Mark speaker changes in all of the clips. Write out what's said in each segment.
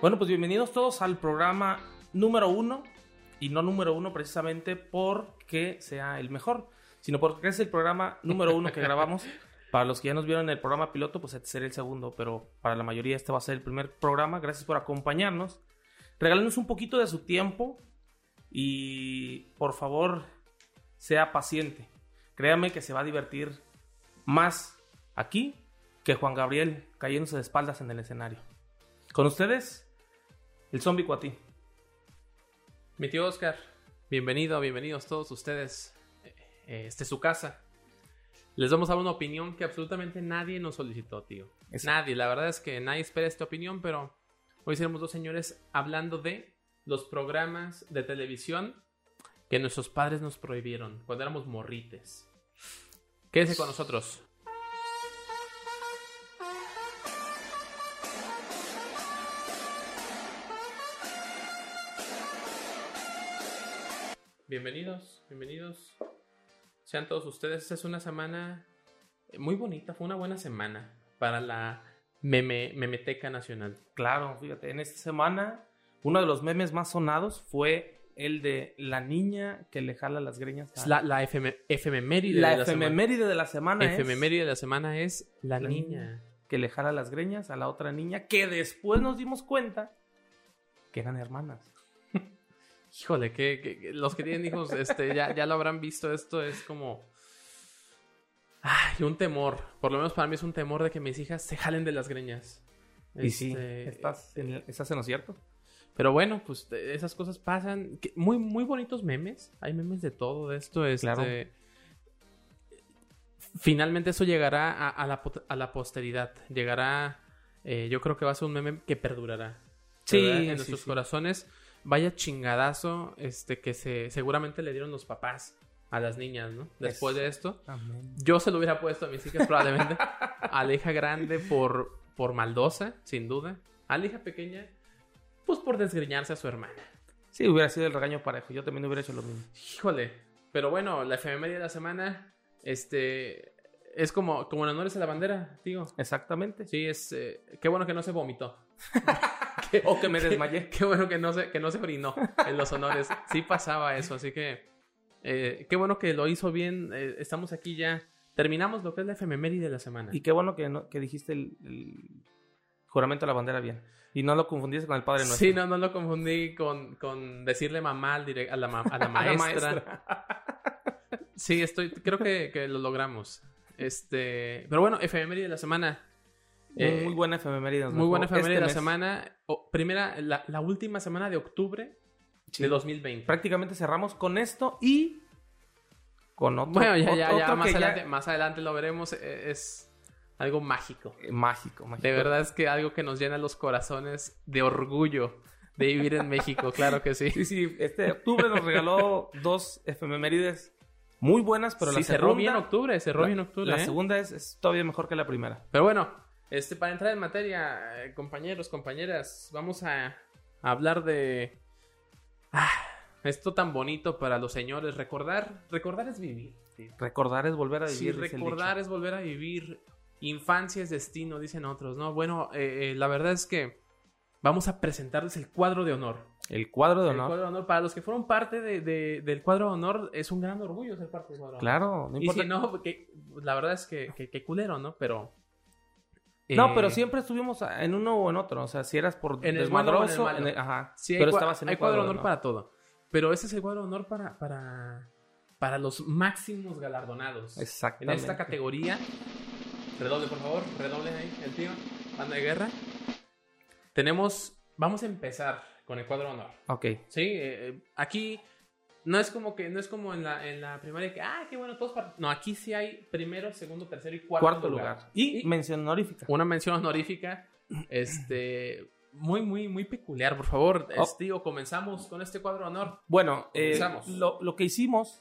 Speaker 1: Bueno, pues bienvenidos todos al programa número uno, y no número uno precisamente porque sea el mejor, sino porque es el programa número uno que grabamos. Para los que ya nos vieron en el programa piloto, pues este será el segundo, pero para la mayoría este va a ser el primer programa. Gracias por acompañarnos. Regálenos un poquito de su tiempo y por favor sea paciente. Créame que se va a divertir más aquí que Juan Gabriel cayéndose de espaldas en el escenario. Con ustedes, el zombie cuatí.
Speaker 2: Mi tío Oscar, bienvenido, bienvenidos todos ustedes. Eh, Este es su casa. Les vamos a dar una opinión que absolutamente nadie nos solicitó, tío.
Speaker 1: Es-
Speaker 2: Nadie, la verdad es que nadie espera esta opinión, pero hoy seremos dos señores hablando de los programas de televisión que nuestros padres nos prohibieron cuando éramos morrites. Quédense con nosotros. Bienvenidos, bienvenidos. Sean todos ustedes. Esta es una semana muy bonita, fue una buena semana para la meme- Memeteca Nacional.
Speaker 1: Claro, fíjate, en esta semana uno de los memes más sonados fue el de la niña que le jala las greñas.
Speaker 2: Es
Speaker 1: a-
Speaker 2: la, la efeme- efeméride
Speaker 1: La
Speaker 2: de la semana.
Speaker 1: efeméride de la semana es
Speaker 2: efeméride de la semana es la,
Speaker 1: La
Speaker 2: niña.
Speaker 1: niña. que le jala las greñas a la otra niña que después nos dimos cuenta que eran hermanas.
Speaker 2: Híjole, que, que- que los que tienen hijos este, ya, ya lo habrán visto. Esto es como. Ay, un temor. Por lo menos para mí es un temor de que mis hijas se jalen de las greñas.
Speaker 1: Y sí,
Speaker 2: Este,
Speaker 1: estás en, el- estás en lo cierto.
Speaker 2: Pero bueno, pues te- esas cosas pasan. Que- Muy, muy bonitos memes. Hay memes de todo de esto. Este,
Speaker 1: Claro.
Speaker 2: Finalmente eso llegará a, a la, pot- a la posteridad. Llegará. eh, yo creo que va a ser un meme que perdurará.
Speaker 1: Sí,
Speaker 2: ¿verdad? en
Speaker 1: sí,
Speaker 2: nuestros
Speaker 1: sí.
Speaker 2: corazones. Vaya chingadazo este, que se, seguramente le dieron los papás a las niñas, ¿no? Después de esto.
Speaker 1: Amén.
Speaker 2: Yo se lo hubiera puesto a mis hijas probablemente. a la hija grande por, por maldosa, sin duda. A la hija pequeña, pues por desgreñarse a su hermana.
Speaker 1: Sí, hubiera sido el regaño parejo. Yo también hubiera hecho lo mismo.
Speaker 2: Híjole. Pero bueno, la efeméride de la semana, este, es como, como en honores a la bandera, digo.
Speaker 1: Exactamente.
Speaker 2: Sí, es, eh, qué bueno que no se vomitó.
Speaker 1: O que me desmayé.
Speaker 2: Qué bueno que no se, que no se brinó en los honores. Sí pasaba eso, así que eh, qué bueno que lo hizo bien. eh, estamos aquí ya. Terminamos lo que es la efeméride de la semana.
Speaker 1: Y qué bueno que, no- que dijiste el, el juramento a la bandera bien. Y no lo confundiste con el Padre Nuestro.
Speaker 2: Sí, no, no lo confundí con, con decirle mamá al direc- a, la ma- a la
Speaker 1: A la
Speaker 2: maestra. Sí, estoy, creo que, que lo logramos. Este, pero bueno, efeméride de la semana. Eh,
Speaker 1: Muy- muy buena efeméride. nos
Speaker 2: muy buena
Speaker 1: dejó este
Speaker 2: efeméride de la
Speaker 1: mes.
Speaker 2: semana. O- primera, la, la última semana de octubre
Speaker 1: Sí.
Speaker 2: de 2020.
Speaker 1: Prácticamente cerramos con esto y con otro.
Speaker 2: Bueno, ya,
Speaker 1: ot-
Speaker 2: ya, ya,
Speaker 1: otro
Speaker 2: más
Speaker 1: que
Speaker 2: adelante, más adelante lo veremos. eh, Es algo mágico.
Speaker 1: Eh, Mágico, mágico.
Speaker 2: De verdad es que algo que nos llena los corazones de orgullo de vivir en México, claro que sí.
Speaker 1: Sí, sí, este octubre nos regaló dos efemérides muy buenas, pero
Speaker 2: Sí,
Speaker 1: la
Speaker 2: cerró
Speaker 1: segunda.
Speaker 2: bien octubre, cerró
Speaker 1: la-
Speaker 2: bien octubre.
Speaker 1: La
Speaker 2: ¿eh?
Speaker 1: segunda es, es todavía mejor que la primera.
Speaker 2: Pero bueno, este, para entrar en materia, eh, compañeros, compañeras, vamos a, a hablar de ah, esto tan bonito para los señores. Recordar, recordar es vivir.
Speaker 1: Recordar es volver a
Speaker 2: Sí,
Speaker 1: vivir. dice el
Speaker 2: recordar es volver a vivir. Infancia es destino, dicen otros, ¿no? Bueno, eh, eh, la verdad es que vamos a presentarles el cuadro de honor.
Speaker 1: dicho. El cuadro de
Speaker 2: El
Speaker 1: honor.
Speaker 2: cuadro de honor, para los que fueron parte de- de- del cuadro de honor, es un gran orgullo ser parte del cuadro de honor.
Speaker 1: Claro, no
Speaker 2: y
Speaker 1: importa.
Speaker 2: si no, porque la verdad es que, que, que culero, ¿no? Pero.
Speaker 1: No, pero
Speaker 2: eh,
Speaker 1: siempre estuvimos a- en uno o en otro. O sea, si eras por
Speaker 2: En el
Speaker 1: desmadroso,
Speaker 2: bueno o en el malo.
Speaker 1: en el- ajá.
Speaker 2: Sí, hay,
Speaker 1: pero
Speaker 2: cua-
Speaker 1: estabas en
Speaker 2: hay
Speaker 1: un cuadro,
Speaker 2: cuadro,
Speaker 1: de
Speaker 2: honor para todo. Pero ese es el cuadro de honor para, para, para los máximos galardonados. En
Speaker 1: Exactamente.
Speaker 2: esta categoría. Redoble, por favor. Redoble ahí, el tío. Banda de guerra. Tenemos. Vamos a empezar con el cuadro de honor.
Speaker 1: Ok.
Speaker 2: Sí, eh, eh, aquí. No es como que no es como en la, en la primaria que ah qué bueno todos part-". no aquí sí hay primero segundo tercero y cuarto,
Speaker 1: Cuarto lugar. Y, mención honorífica.
Speaker 2: una mención honorífica, este, muy, muy, muy peculiar, por favor,
Speaker 1: Oh.
Speaker 2: este, digo, comenzamos con este cuadro de honor.
Speaker 1: Bueno, eh,
Speaker 2: Comenzamos.
Speaker 1: lo, lo que hicimos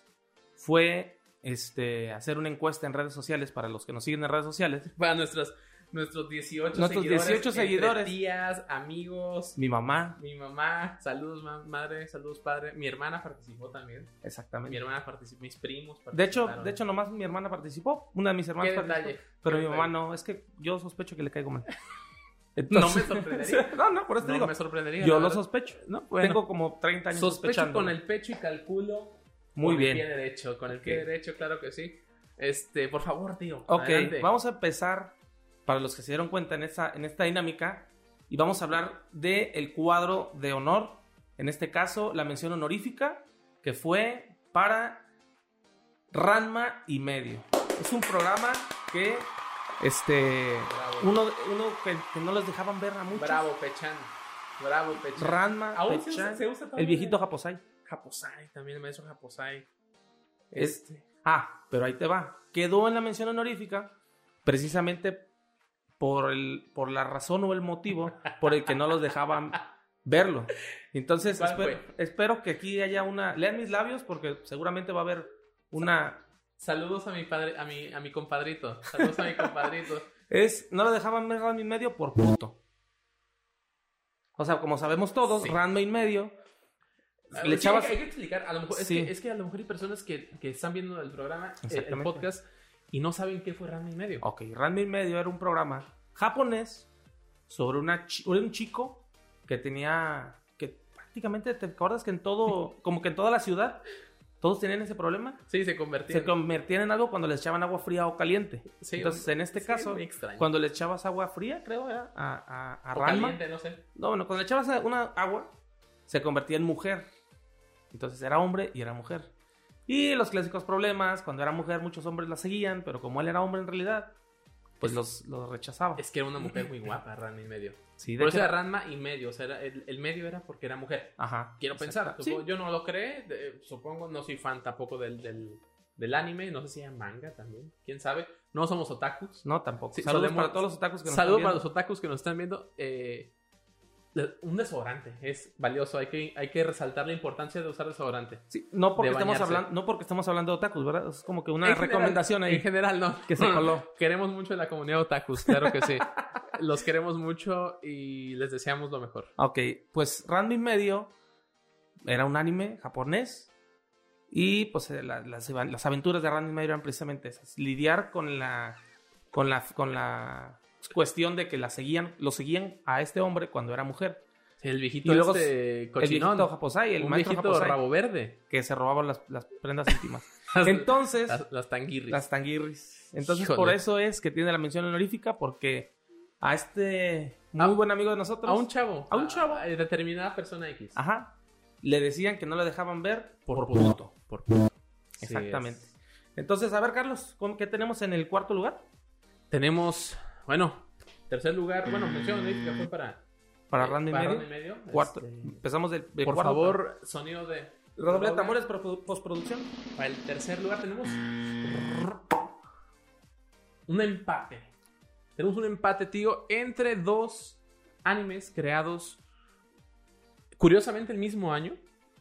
Speaker 1: fue este, hacer una encuesta en redes sociales para los que nos siguen en redes sociales.
Speaker 2: Para nuestros, nuestros 18
Speaker 1: Nuestros 18
Speaker 2: entre
Speaker 1: seguidores.
Speaker 2: Tías, amigos,
Speaker 1: Mi mamá,
Speaker 2: mi mamá, saludos ma- madre, saludos padre, mi hermana participó también, mi
Speaker 1: exactamente.
Speaker 2: hermana participó, mis primos
Speaker 1: De hecho,
Speaker 2: participaron.
Speaker 1: de hecho, nomás mi hermana participó, una de mis
Speaker 2: qué
Speaker 1: hermanas participó,
Speaker 2: detalle.
Speaker 1: pero
Speaker 2: qué
Speaker 1: mi mamá
Speaker 2: detalle.
Speaker 1: no, es que yo sospecho que le caigo mal.
Speaker 2: No me sorprendería.
Speaker 1: no, no, por eso te
Speaker 2: No
Speaker 1: digo.
Speaker 2: me sorprendería.
Speaker 1: Yo
Speaker 2: la
Speaker 1: lo
Speaker 2: verdad.
Speaker 1: sospecho.
Speaker 2: No, bueno,
Speaker 1: Tengo como 30 años
Speaker 2: sospecho
Speaker 1: sospechando.
Speaker 2: con el pecho y calculo.
Speaker 1: Muy
Speaker 2: con
Speaker 1: bien.
Speaker 2: El pie derecho, con el
Speaker 1: Ok.
Speaker 2: pie derecho, claro que sí. Este, por favor, tío.
Speaker 1: Ok,
Speaker 2: adelante.
Speaker 1: vamos a empezar, para los que se dieron cuenta en esta, en esta dinámica, y vamos a hablar del el cuadro de honor, en este caso la mención honorífica, que fue para Ranma y medio. Es un programa que, este,
Speaker 2: Bravo.
Speaker 1: uno, uno que, que no los dejaban ver a muchos.
Speaker 2: Bravo, Pechan. Bravo, Pechan.
Speaker 1: Ranma,
Speaker 2: Aún se
Speaker 1: Pechan,
Speaker 2: usa, se usa todavía.
Speaker 1: el viejito Japosai.
Speaker 2: Japosai, también el maestro Japosai.
Speaker 1: Es-
Speaker 2: Este.
Speaker 1: Ah, pero ahí te va. Quedó en la mención honorífica precisamente por, el, por la razón o el motivo por el que no los dejaban verlo. Entonces,
Speaker 2: ¿Cuál
Speaker 1: espero, espero que aquí haya una... Lean mis labios porque seguramente va a haber una...
Speaker 2: Saludos a mi padre, a mi, a mi compadrito. Saludos a mi compadrito.
Speaker 1: Es, no lo dejaban ver Ranma y medio por puto. O sea, como sabemos todos,
Speaker 2: Sí.
Speaker 1: Ranma y medio
Speaker 2: Ah,
Speaker 1: le
Speaker 2: sí,
Speaker 1: echabas...
Speaker 2: hay, hay que explicar, a lo mejor, es,
Speaker 1: Sí.
Speaker 2: que, es que a lo mejor hay personas que, que están viendo el programa, eh, el
Speaker 1: Exactamente. Oh.
Speaker 2: podcast, y no saben qué fue Ranma y medio.
Speaker 1: Ok, Ranma y medio era un programa japonés sobre una chi- sobre un chico que tenía que prácticamente te acuerdas que en todo como que en toda la ciudad todos tenían ese problema
Speaker 2: Sí, se convirtió.
Speaker 1: se convertían en algo cuando les echaban agua fría o caliente
Speaker 2: Sí,
Speaker 1: entonces en este
Speaker 2: sí,
Speaker 1: caso
Speaker 2: muy extraño.
Speaker 1: cuando le echabas agua fría creo era a, a, a
Speaker 2: O
Speaker 1: Ranma
Speaker 2: caliente, no sé.
Speaker 1: no bueno cuando le echabas una agua se convertía en mujer entonces era hombre y era mujer y los clásicos problemas cuando era mujer muchos hombres la seguían pero como él era hombre en realidad pues
Speaker 2: Es-
Speaker 1: los, los rechazaba
Speaker 2: Es que era una mujer muy guapa, Ranma y medio.
Speaker 1: Sí, de
Speaker 2: Por
Speaker 1: hecho-
Speaker 2: eso era Ranma y medio. O sea, era- el, el medio era porque era mujer.
Speaker 1: Ajá.
Speaker 2: Quiero pensar.
Speaker 1: Exacto.
Speaker 2: supongo-
Speaker 1: Sí.
Speaker 2: Yo no lo creé, de- supongo. No soy fan tampoco del, del, del anime. No sé si era manga también. ¿Quién sabe? No somos otakus.
Speaker 1: No, tampoco.
Speaker 2: Sí,
Speaker 1: Saludos
Speaker 2: solemos-
Speaker 1: para todos los otakus que nos
Speaker 2: Saludos
Speaker 1: están
Speaker 2: para los
Speaker 1: viendo.
Speaker 2: otakus que nos están viendo. eh, le- un desodorante es valioso. Hay que, hay que resaltar la importancia de usar desodorante.
Speaker 1: Sí, no porque
Speaker 2: de
Speaker 1: estemos
Speaker 2: bañarse.
Speaker 1: hablando, no porque estamos hablando de otakus, ¿verdad? Es como que una
Speaker 2: En general,
Speaker 1: recomendación
Speaker 2: En
Speaker 1: ahí
Speaker 2: general, no.
Speaker 1: que se coló.
Speaker 2: Queremos mucho a la comunidad otakus, claro que sí. los queremos mucho y les deseamos lo mejor.
Speaker 1: ok, pues Randy Medio era un anime japonés y pues eh, la- las, las aventuras de Randy Medio eran precisamente esas, lidiar con la con la con la cuestión de que la seguían, lo seguían a este hombre cuando era mujer.
Speaker 2: El viejito
Speaker 1: Y luego
Speaker 2: este
Speaker 1: El
Speaker 2: cochinón.
Speaker 1: viejito Japosai, el
Speaker 2: un
Speaker 1: maestro
Speaker 2: viejito
Speaker 1: Japosai,
Speaker 2: rabo verde.
Speaker 1: que se robaba las, las prendas íntimas.
Speaker 2: Las,
Speaker 1: Entonces,
Speaker 2: las, las tanguirris.
Speaker 1: Las tanguirris. Entonces,
Speaker 2: Híjole.
Speaker 1: por eso es que tiene la mención honorífica, porque a este muy
Speaker 2: A-
Speaker 1: buen amigo de nosotros,
Speaker 2: Ah, A un chavo.
Speaker 1: A un chavo.
Speaker 2: eh, determinada persona X.
Speaker 1: ajá, le decían que no lo dejaban ver por,
Speaker 2: Por
Speaker 1: puto.
Speaker 2: puto. Por puto. Sí, es.
Speaker 1: Exactamente. Entonces, a ver, Carlos, ¿cómo- ¿qué tenemos en el cuarto lugar?
Speaker 2: Tenemos, bueno, tercer lugar. Bueno, mención honorífica fue para,
Speaker 1: Mm, Para
Speaker 2: eh,
Speaker 1: Randy y
Speaker 2: para
Speaker 1: medio.
Speaker 2: Randy medio,
Speaker 1: Cuarto.
Speaker 2: este,
Speaker 1: Empezamos del, del
Speaker 2: por
Speaker 1: cuarto.
Speaker 2: favor, sonido de.
Speaker 1: Redoble de
Speaker 2: redoble.
Speaker 1: tambores para produ- postproducción.
Speaker 2: Para el tercer lugar tenemos un empate. Tenemos un empate, tío, entre dos animes creados curiosamente el mismo año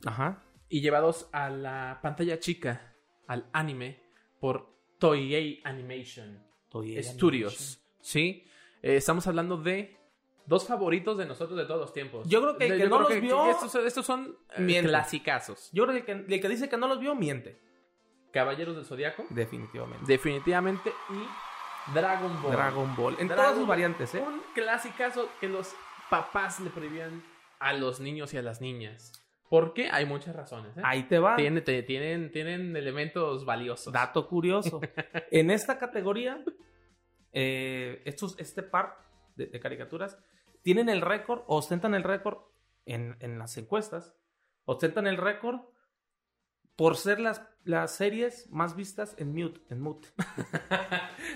Speaker 1: Ajá.
Speaker 2: y llevados a la pantalla chica, al anime, por Toei Animation Studios. ¿Sí? Eh, estamos hablando de dos favoritos de nosotros de todos los tiempos.
Speaker 1: Yo creo que el
Speaker 2: De-
Speaker 1: que no los vio-
Speaker 2: Estos, estos son eh,
Speaker 1: Miente.
Speaker 2: clasicazos.
Speaker 1: Yo creo que el, que el que dice que no los vio miente.
Speaker 2: Caballeros del Zodiaco.
Speaker 1: Definitivamente.
Speaker 2: Definitivamente. Y Dragon Ball.
Speaker 1: Dragon Ball. En todas
Speaker 2: Dragon
Speaker 1: sus variantes, ¿eh?
Speaker 2: Un clasicazo que los papás le prohibían a los niños y a las niñas. ¿Por qué? Hay muchas razones. ¿eh?
Speaker 1: Ahí te va.
Speaker 2: Tiene- te- tienen, tienen elementos valiosos.
Speaker 1: Dato curioso. en esta categoría, eh, estos, este par de, de caricaturas tienen el récord, ostentan el récord en, en las encuestas, ostentan el récord por ser las, las series más vistas en mute, en mute.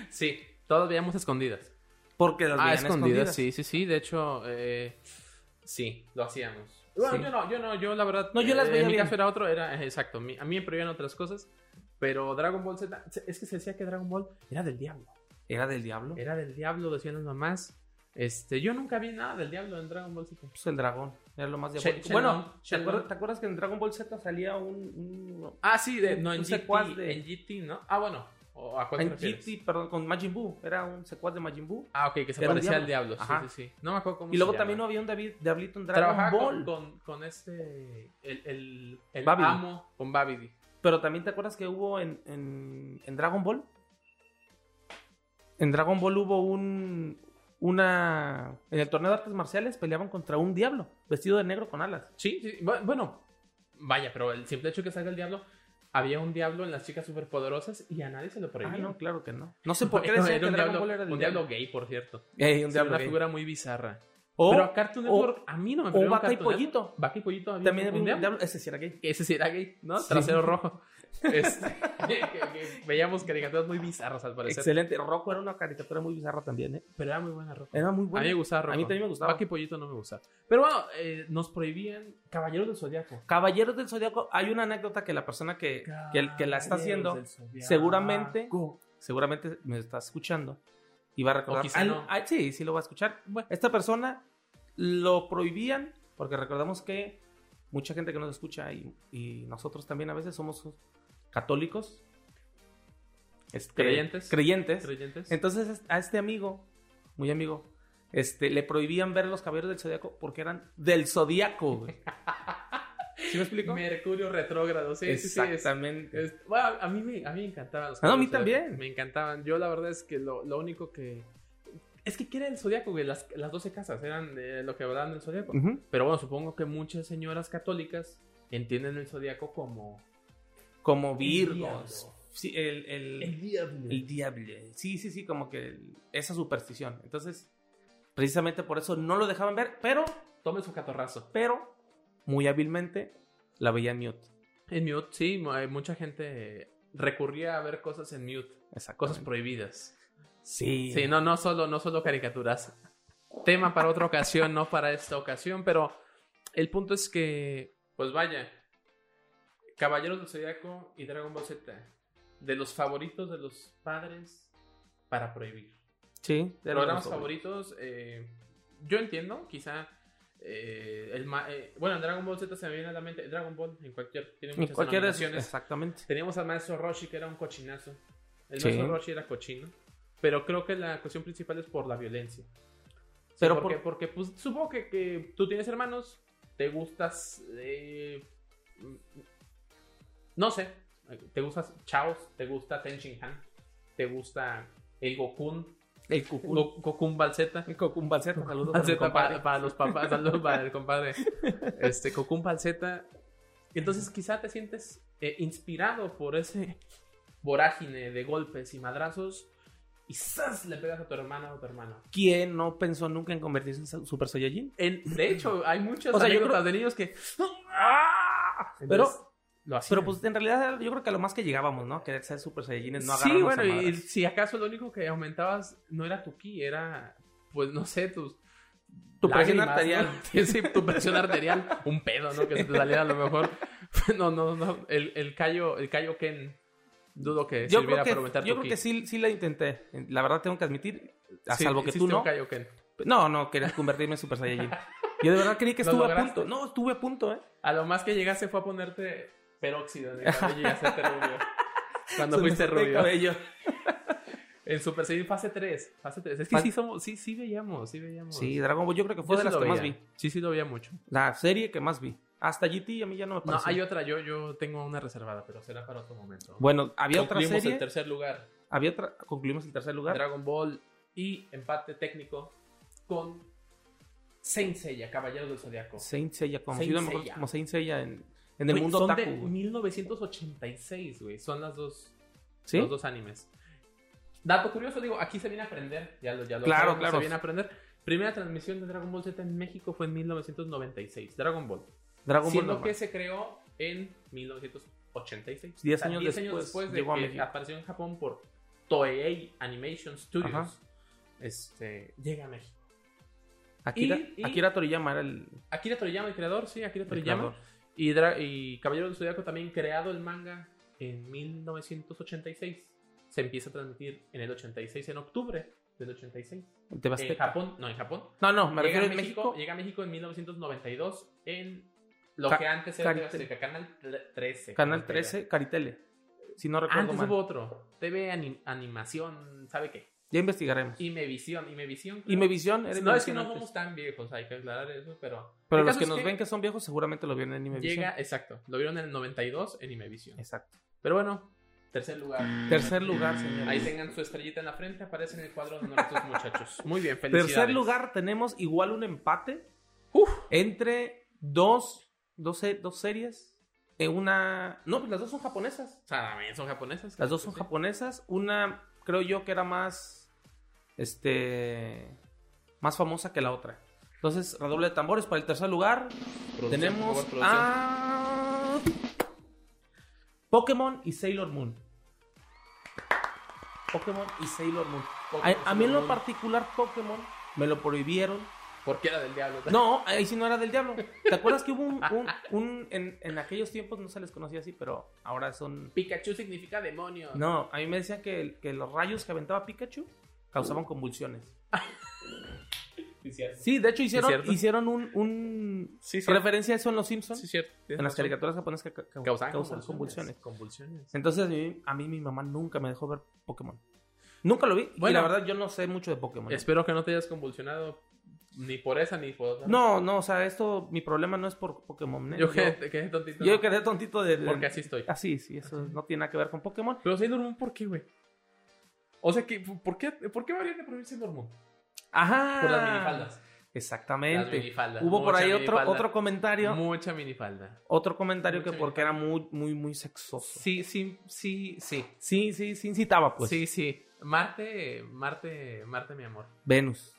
Speaker 2: sí, todos veíamos escondidas.
Speaker 1: Porque las
Speaker 2: ah,
Speaker 1: veían
Speaker 2: escondidas,
Speaker 1: escondidas.
Speaker 2: sí, sí, sí. De hecho, eh, sí, lo hacíamos. Bueno,
Speaker 1: Sí.
Speaker 2: yo no, yo no, yo la verdad.
Speaker 1: No, yo las
Speaker 2: eh,
Speaker 1: veía
Speaker 2: En mi
Speaker 1: bien.
Speaker 2: caso era otro, era eh, exacto. mi- a mí me prohibían otras cosas. Pero Dragon Ball Z, es que se decía que Dragon Ball era del diablo.
Speaker 1: Era del diablo.
Speaker 2: Era del diablo, decían las mamás. Este, yo nunca vi nada del diablo en Dragon Ball Z.
Speaker 1: Pues el dragón. Era lo más
Speaker 2: Che-
Speaker 1: diabólico.
Speaker 2: Shenlong,
Speaker 1: bueno, ¿te
Speaker 2: Shenlong.
Speaker 1: acuerdas, te acuerdas que en Dragon Ball Z salía un...
Speaker 2: Ah, sí, de,
Speaker 1: Un-
Speaker 2: no, en
Speaker 1: un
Speaker 2: GT,
Speaker 1: secuaz de-
Speaker 2: en GT, ¿no? Ah, bueno. ¿O ¿A
Speaker 1: un
Speaker 2: cuál te
Speaker 1: en
Speaker 2: refieres?
Speaker 1: GT, perdón, con Majin Buu. Era un secuaz de Majin Buu.
Speaker 2: Ah, ok, que se
Speaker 1: Era un
Speaker 2: parecía al
Speaker 1: diablo.
Speaker 2: diablo. Sí,
Speaker 1: Ajá.
Speaker 2: sí, sí. No me acuerdo cómo
Speaker 1: Y luego
Speaker 2: se
Speaker 1: también no
Speaker 2: llama.
Speaker 1: había un David, Diablito en Dragon
Speaker 2: Trabajaba
Speaker 1: Ball.
Speaker 2: con, con, con este. El, el, el
Speaker 1: Babidi.
Speaker 2: amo con Babidi.
Speaker 1: Pero también te acuerdas que hubo en, en, en Dragon Ball. En Dragon Ball hubo un, una. En el torneo de artes marciales peleaban contra un diablo vestido de negro con alas.
Speaker 2: Sí, sí, bu- bueno, vaya, pero el simple hecho de que salga el diablo, había un diablo en las chicas superpoderosas y a nadie se lo
Speaker 1: Ah,
Speaker 2: prohibía.
Speaker 1: no, claro que no. No sé por qué
Speaker 2: Era-
Speaker 1: decían
Speaker 2: era
Speaker 1: que
Speaker 2: un
Speaker 1: Dragon
Speaker 2: diablo,
Speaker 1: Ball era del
Speaker 2: un diablo gay, por cierto.
Speaker 1: Ey, un
Speaker 2: Sí,
Speaker 1: diablo
Speaker 2: una
Speaker 1: gay.
Speaker 2: figura muy bizarra.
Speaker 1: O,
Speaker 2: pero a Cartoon
Speaker 1: o-
Speaker 2: Network, a mí no me
Speaker 1: o
Speaker 2: pegó
Speaker 1: vaca y
Speaker 2: Cartoon Network.
Speaker 1: pollito.
Speaker 2: Vaca y pollito había
Speaker 1: También
Speaker 2: un
Speaker 1: era un
Speaker 2: diablo.
Speaker 1: diablo. Ese sí era gay.
Speaker 2: que ese sí era gay, ¿no?
Speaker 1: Sí.
Speaker 2: Trasero rojo. Este, que- que veíamos caricaturas muy bizarras al parecer.
Speaker 1: Excelente. Rocco era una caricatura muy bizarra también, ¿eh?
Speaker 2: Pero era muy buena ropa.
Speaker 1: Era muy
Speaker 2: A mí
Speaker 1: buena.
Speaker 2: me gustaba
Speaker 1: A mí también me gustaba.
Speaker 2: Paco y Pollito no me gustaba. Pero bueno, eh, nos prohibían Caballeros del Zodiaco.
Speaker 1: Caballeros del Zodíaco, hay una anécdota que la persona que, que, el- que la está haciendo
Speaker 2: Caballeros del Zodiaco.
Speaker 1: seguramente- seguramente me está escuchando y va a recordar.
Speaker 2: O quizá
Speaker 1: Ay,
Speaker 2: no.
Speaker 1: ay, sí, sí lo va a escuchar. Esta persona lo prohibían porque recordamos que mucha gente que nos escucha y, y nosotros también a veces somos católicos. este,
Speaker 2: Creyentes.
Speaker 1: Creyentes.
Speaker 2: Creyentes.
Speaker 1: Entonces es- a este amigo, muy amigo, este, le prohibían ver los caballeros del zodiaco porque eran del zodiaco. güey. ¿Sí me explico?
Speaker 2: Mercurio retrógrado, sí, sí, sí. es-
Speaker 1: Exactamente.
Speaker 2: es- bueno, a mí me, a mí me encantaban los
Speaker 1: Ah, no, a mí
Speaker 2: Caballeros del Zodiaco.
Speaker 1: también.
Speaker 2: Me encantaban. Yo la verdad es que lo, lo único que... Es que ¿qué era el Zodiaco, güey? Las, las 12 casas eran eh, lo que hablaban del Zodiaco.
Speaker 1: Ujú.
Speaker 2: Pero bueno, supongo que muchas señoras católicas entienden el Zodiaco como...
Speaker 1: Como
Speaker 2: diablo.
Speaker 1: Virgos. Sí, el, el-
Speaker 2: diablo.
Speaker 1: el diablo. Sí, sí, sí, como que el- esa superstición. Entonces, precisamente por eso no lo dejaban ver, pero,
Speaker 2: Tome su catorrazo.
Speaker 1: pero, muy hábilmente la veía en mute.
Speaker 2: En mute, sí, mu- eh, mucha gente recurría a ver cosas en mute,
Speaker 1: Esa
Speaker 2: cosas prohibidas.
Speaker 1: Sí.
Speaker 2: Sí, no, no solo, no solo caricaturas. Tema para otra ocasión, no para esta ocasión, pero el punto es que, pues vaya, Caballeros del Zodiaco y Dragon Ball Z, de los favoritos de los padres para prohibir.
Speaker 1: Sí, era
Speaker 2: programas
Speaker 1: nuestro favorito.
Speaker 2: favoritos, eh, yo entiendo, quizá. eh, el ma- eh, bueno, Dragon Ball Z se me viene a la mente. Dragon Ball, en cualquier. Tiene
Speaker 1: En
Speaker 2: muchas
Speaker 1: cualquier de esos-
Speaker 2: denominaciones.
Speaker 1: Exactamente.
Speaker 2: Teníamos al maestro Roshi, que era un cochinazo. El
Speaker 1: Sí.
Speaker 2: maestro Roshi era cochino. Pero creo que la cuestión principal es por la violencia. Sí,
Speaker 1: Pero
Speaker 2: porque,
Speaker 1: por-
Speaker 2: porque pues, supongo que, que tú tienes hermanos, te gustas. eh, mm, no sé, te gustas Chaos, te gusta Ten Shin Han, te gusta el Gokun,
Speaker 1: El cucún.
Speaker 2: Go- Gokun Balzeta.
Speaker 1: El cucún balseta, saludos a mi
Speaker 2: Balseta
Speaker 1: compadre.
Speaker 2: para, para los papás, saludos para el compadre. Este, Cocún Balseta. Entonces quizá te sientes eh, inspirado por ese vorágine de golpes y madrazos y ¡zas! le pegas a tu hermana o a tu hermano.
Speaker 1: ¿Quién no pensó nunca en convertirse en Super Saiyajin?
Speaker 2: En- de hecho, hay muchas
Speaker 1: O sea, yo
Speaker 2: anécdotas de niños que... ¡Ah! Entonces, lo hacían.
Speaker 1: Pero pues en realidad yo creo que a lo más que llegábamos, ¿no? Querer ser Super Saiyajines, no
Speaker 2: sí,
Speaker 1: agarrarnos
Speaker 2: bueno,
Speaker 1: a
Speaker 2: y
Speaker 1: madres.
Speaker 2: si acaso lo único que aumentabas no era tu ki, era, pues no sé, tus...
Speaker 1: Tu presión
Speaker 2: lágrimas,
Speaker 1: arterial.
Speaker 2: ¿no? Sí, tu presión arterial, un pedo, ¿no? Que se te saliera a lo mejor. No, no, no, el, el callo, el callo Ken, dudo que
Speaker 1: Yo creo
Speaker 2: sirviera
Speaker 1: que,
Speaker 2: para aumentar
Speaker 1: yo
Speaker 2: tu
Speaker 1: creo
Speaker 2: ki.
Speaker 1: que sí, sí la intenté. La verdad tengo que admitir, a
Speaker 2: Sí,
Speaker 1: salvo que tú
Speaker 2: hiciste un
Speaker 1: no.
Speaker 2: Callo Ken.
Speaker 1: No, no, quería convertirme en Super Saiyajin. Yo de verdad creí que
Speaker 2: Lo
Speaker 1: estuve a
Speaker 2: lograste.
Speaker 1: punto. No, estuve a punto, ¿eh?
Speaker 2: A lo más que llegaste fue a ponerte peróxido en el cabello y hacerte rubio. Cuando
Speaker 1: Se me
Speaker 2: fuiste
Speaker 1: soltó el
Speaker 2: rubio.
Speaker 1: cabello.
Speaker 2: En Super Saiyan fase 3, fase 3. Es que
Speaker 1: Fase-
Speaker 2: sí somos, sí, sí veíamos, sí veíamos.
Speaker 1: Sí, Dragon Ball yo creo que fue
Speaker 2: Yo
Speaker 1: de
Speaker 2: sí
Speaker 1: las
Speaker 2: lo
Speaker 1: que más
Speaker 2: veía.
Speaker 1: vi.
Speaker 2: Sí, sí lo veía mucho.
Speaker 1: La serie que más vi. Hasta GT a mí ya no me
Speaker 2: No,
Speaker 1: pareció.
Speaker 2: hay otra, yo, yo tengo una reservada, pero será para otro momento.
Speaker 1: Bueno, había otra
Speaker 2: Concluimos
Speaker 1: serie.
Speaker 2: el tercer lugar.
Speaker 1: Había otra... Concluimos el tercer lugar.
Speaker 2: Dragon Ball y empate técnico con Saint Seiya, Caballeros del Zodiaco.
Speaker 1: Saint Seiya,
Speaker 2: Saint
Speaker 1: conocido mejor
Speaker 2: Seiya.
Speaker 1: como Saint Seiya en, en el
Speaker 2: Güey,
Speaker 1: mundo
Speaker 2: son
Speaker 1: otaku.
Speaker 2: de
Speaker 1: güey.
Speaker 2: 1986, güey. Son las dos,
Speaker 1: ¿Sí?
Speaker 2: los dos animes. Dato curioso, digo, aquí se viene a aprender. Ya lo, ya lo
Speaker 1: Claro,
Speaker 2: sabemos,
Speaker 1: claro.
Speaker 2: Se viene a aprender. Primera transmisión de Dragon Ball Z en México fue en 1996. Dragon Ball.
Speaker 1: Dragon Ball.
Speaker 2: siendo
Speaker 1: normal.
Speaker 2: que se creó en 1986.
Speaker 1: Diez años después
Speaker 2: de
Speaker 1: llegó a
Speaker 2: que
Speaker 1: México.
Speaker 2: apareció en Japón por Toei Animation Studios.
Speaker 1: Ajá.
Speaker 2: Este, llega a México.
Speaker 1: Akira,
Speaker 2: y- y-
Speaker 1: Akira Toriyama era el,
Speaker 2: Akira Toriyama, el creador, sí, Akira
Speaker 1: el
Speaker 2: Toriyama.
Speaker 1: creador.
Speaker 2: Y, Dra- y Caballero del Zodiaco también creado el manga en 1986. Se empieza a transmitir en el 86, en octubre del 86.
Speaker 1: El TV
Speaker 2: En
Speaker 1: Azteca.
Speaker 2: Japón, no, en Eh, Japón.
Speaker 1: No, no, me
Speaker 2: llega,
Speaker 1: refiero
Speaker 2: a
Speaker 1: a
Speaker 2: México,
Speaker 1: México.
Speaker 2: llega a México en 1992 en lo
Speaker 1: Ca-
Speaker 2: que antes era
Speaker 1: Cari-
Speaker 2: TV Azteca, Canal 13.
Speaker 1: Canal
Speaker 2: creo que
Speaker 1: 13, Caritele. Si no
Speaker 2: era.
Speaker 1: recuerdo
Speaker 2: Antes
Speaker 1: mal.
Speaker 2: Ah, hubo otro. TV anim- Animación, ¿sabe qué?
Speaker 1: Ya investigaremos.
Speaker 2: Imevisión, Imevisión. creo.
Speaker 1: Y mi visión era
Speaker 2: No es que
Speaker 1: Imevisión
Speaker 2: no
Speaker 1: antes.
Speaker 2: somos tan viejos, hay que aclarar eso, pero...
Speaker 1: Pero
Speaker 2: el
Speaker 1: los
Speaker 2: caso
Speaker 1: que
Speaker 2: es
Speaker 1: nos ven que son viejos seguramente lo vieron en mi
Speaker 2: Llega, exacto, lo vieron en el 92 en Imevisión.
Speaker 1: Exacto.
Speaker 2: Pero bueno, Tercer lugar.
Speaker 1: Tercer lugar, señores.
Speaker 2: Mm, Ahí tengan su estrellita en la frente, aparece en el cuadro de honor estos muchachos. Muy bien, felicidades.
Speaker 1: Tercer lugar tenemos igual un empate
Speaker 2: Uf,
Speaker 1: entre dos, dos, se- dos series. eh, una. No, pues las dos son japonesas.
Speaker 2: o sea, también son japonesas.
Speaker 1: Las dos son
Speaker 2: Sí.
Speaker 1: japonesas. Una creo yo que era más. Este. Más famosa que la otra. Entonces, redoble de tambores para el tercer lugar.
Speaker 2: Producción,
Speaker 1: tenemos
Speaker 2: por favor, producción.
Speaker 1: a. Pokémon y Sailor Moon. Pokémon y Sailor Moon.
Speaker 2: Pokémon,
Speaker 1: A, a mí en lo
Speaker 2: Sailor Moon.
Speaker 1: particular, Pokémon me lo prohibieron.
Speaker 2: Porque era del diablo.
Speaker 1: No, ahí sí no era del diablo. ¿Te acuerdas que hubo un. un- un- en, en aquellos tiempos no se les conocía así, pero ahora son.
Speaker 2: Pikachu significa demonio.
Speaker 1: No, a mí me decían que, el- que los rayos que aventaba Pikachu causaban convulsiones.
Speaker 2: Sí, cierto.
Speaker 1: Sí, de hecho hicieron,
Speaker 2: cierto.
Speaker 1: hicieron un, un-
Speaker 2: Sí, cierto.
Speaker 1: referencia a eso en Los Simpsons.
Speaker 2: Sí, cierto. Tienes
Speaker 1: en las
Speaker 2: razón.
Speaker 1: caricaturas japonesas que ca- ca-
Speaker 2: Causaban
Speaker 1: causan
Speaker 2: convulsiones.
Speaker 1: convulsiones.
Speaker 2: Convulsiones.
Speaker 1: Entonces a mí, a mí mi mamá nunca me dejó ver Pokémon. Nunca lo vi. y
Speaker 2: Bueno.
Speaker 1: la verdad yo no sé mucho de Pokémon.
Speaker 2: Espero que no te hayas convulsionado ni por esa ni por otra.
Speaker 1: No, no, o sea, esto, mi problema no es por Pokémon. ¿eh?
Speaker 2: Yo quedé quedé tontito.
Speaker 1: yo
Speaker 2: ¿no?
Speaker 1: quedé tontito de... de-
Speaker 2: Porque así estoy.
Speaker 1: Ah, sí, sí, eso no tiene nada que ver con Pokémon.
Speaker 2: Pero Sailor Moon, ¿por qué, güey? O sea, que, ¿por qué, ¿por qué habrían de prohibir Sailor Moon?
Speaker 1: Ajá.
Speaker 2: Por las minifaldas. Las
Speaker 1: Exactamente.
Speaker 2: minifaldas.
Speaker 1: Ah, Hubo por
Speaker 2: Mucha
Speaker 1: ahí otro,
Speaker 2: minifalda.
Speaker 1: otro comentario.
Speaker 2: Mucha minifalda.
Speaker 1: Otro comentario que
Speaker 2: Mucha
Speaker 1: porque era muy, muy, muy sexoso.
Speaker 2: Sí, sí, sí, sí.
Speaker 1: Sí, sí, sí incitaba, pues.
Speaker 2: Sí, sí. Marte, Marte, Marte, mi amor.
Speaker 1: Venus.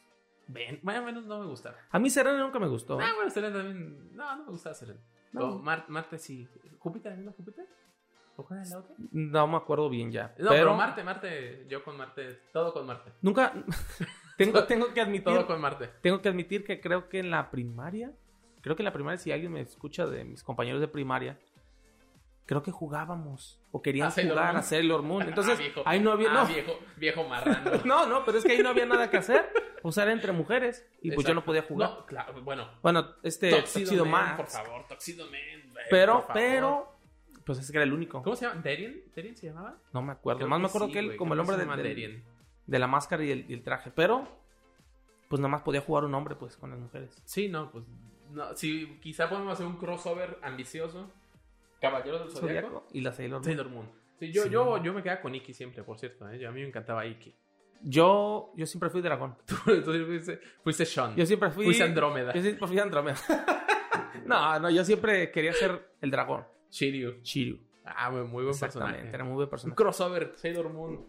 Speaker 2: Ven, bueno, menos no me gustaba.
Speaker 1: A mí Serena nunca me gustó.
Speaker 2: Ah, bueno, Selena también. No, no me gustaba Selena.
Speaker 1: No.
Speaker 2: Pero Mar- Marte sí. ¿Júpiter? ¿No Júpiter? ¿O cuál era la otra?
Speaker 1: No me acuerdo bien ya.
Speaker 2: No, pero,
Speaker 1: pero
Speaker 2: Marte, Marte. Yo con Marte. Todo con Marte.
Speaker 1: nunca... tengo, tengo que admitir...
Speaker 2: Todo con Marte.
Speaker 1: Tengo que admitir que creo que en la primaria... Creo que en la primaria, si alguien me escucha de mis compañeros de primaria... Creo que jugábamos o querían
Speaker 2: ¿A Ah, Sailor
Speaker 1: jugar
Speaker 2: Moon?
Speaker 1: a Sailor Moon. Entonces,
Speaker 2: Ah, viejo.
Speaker 1: ahí no había...
Speaker 2: Ah,
Speaker 1: no,
Speaker 2: viejo, viejo marrano.
Speaker 1: no, no, pero es que ahí no había nada que hacer. O sea, era entre mujeres y pues yo no
Speaker 2: Exacto.
Speaker 1: podía jugar.
Speaker 2: No, claro, bueno.
Speaker 1: Bueno, este Tuxedo Mask,
Speaker 2: Man, Por favor, Toxido Man. güey, por
Speaker 1: Pero,
Speaker 2: favor.
Speaker 1: pero, pues es que era el único.
Speaker 2: ¿Cómo se llama? ¿Darien? ¿Darien se llamaba?
Speaker 1: No me
Speaker 2: Pues
Speaker 1: acuerdo. Más me acuerdo que él, como el hombre de, del-
Speaker 2: Mandarien.
Speaker 1: de la máscara y el, y el traje. Pero, pues nada más podía jugar un hombre, pues, con las mujeres.
Speaker 2: Sí, no, pues. No, sí, quizá podemos hacer un crossover ambicioso. Caballeros del Zodiaco.
Speaker 1: Zodíaco y la Sailor Moon.
Speaker 2: Sailor Moon. Sí, yo,
Speaker 1: Sí.
Speaker 2: Yo, yo me quedaba con Iki siempre, por cierto. ¿eh? Yo- a mí me encantaba Iki.
Speaker 1: Yo, yo siempre fui dragón.
Speaker 2: Tú, tú fuiste, fuiste Sean.
Speaker 1: Yo siempre fui...
Speaker 2: Mm. fuiste Andrómeda.
Speaker 1: Yo siempre fui Andrómeda. no, no, yo siempre quería ser el dragón.
Speaker 2: Shiryu.
Speaker 1: Shiryu.
Speaker 2: Ah, muy, muy buen
Speaker 1: Exactamente,
Speaker 2: personaje.
Speaker 1: era muy buen
Speaker 2: Un
Speaker 1: personaje.
Speaker 2: crossover, Sailor Moon.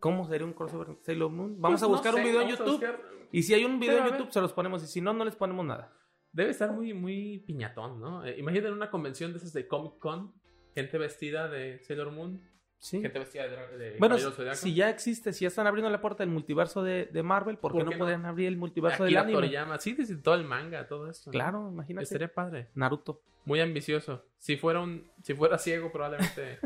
Speaker 1: ¿Cómo sería un crossover en Sailor Moon? Vamos
Speaker 2: Pues
Speaker 1: a
Speaker 2: no
Speaker 1: buscar
Speaker 2: sé,
Speaker 1: un video en
Speaker 2: vamos a
Speaker 1: YouTube.
Speaker 2: buscar-
Speaker 1: Y si hay un video
Speaker 2: Sí,
Speaker 1: en
Speaker 2: a ver.
Speaker 1: YouTube, se los ponemos. Y si no, no les ponemos nada.
Speaker 2: Debe estar muy, muy piñatón, ¿no? Eh, imagínate una convención de esas de Comic Con. Gente vestida de Sailor Moon.
Speaker 1: Sí.
Speaker 2: Gente vestida de, dra- de
Speaker 1: Bueno,
Speaker 2: Caballero Zodiaco.
Speaker 1: si ya existe, si ya están abriendo la puerta del multiverso de, de Marvel, ¿por qué,
Speaker 2: ¿Por
Speaker 1: no,
Speaker 2: qué no?
Speaker 1: podrían abrir el multiverso del
Speaker 2: Akira
Speaker 1: anime?
Speaker 2: Toriyama. Sí, desde todo el manga, todo esto. ¿no?
Speaker 1: Claro, imagínate.
Speaker 2: Estaría padre.
Speaker 1: Naruto.
Speaker 2: Muy ambicioso. Si fuera un, si fuera ciego, probablemente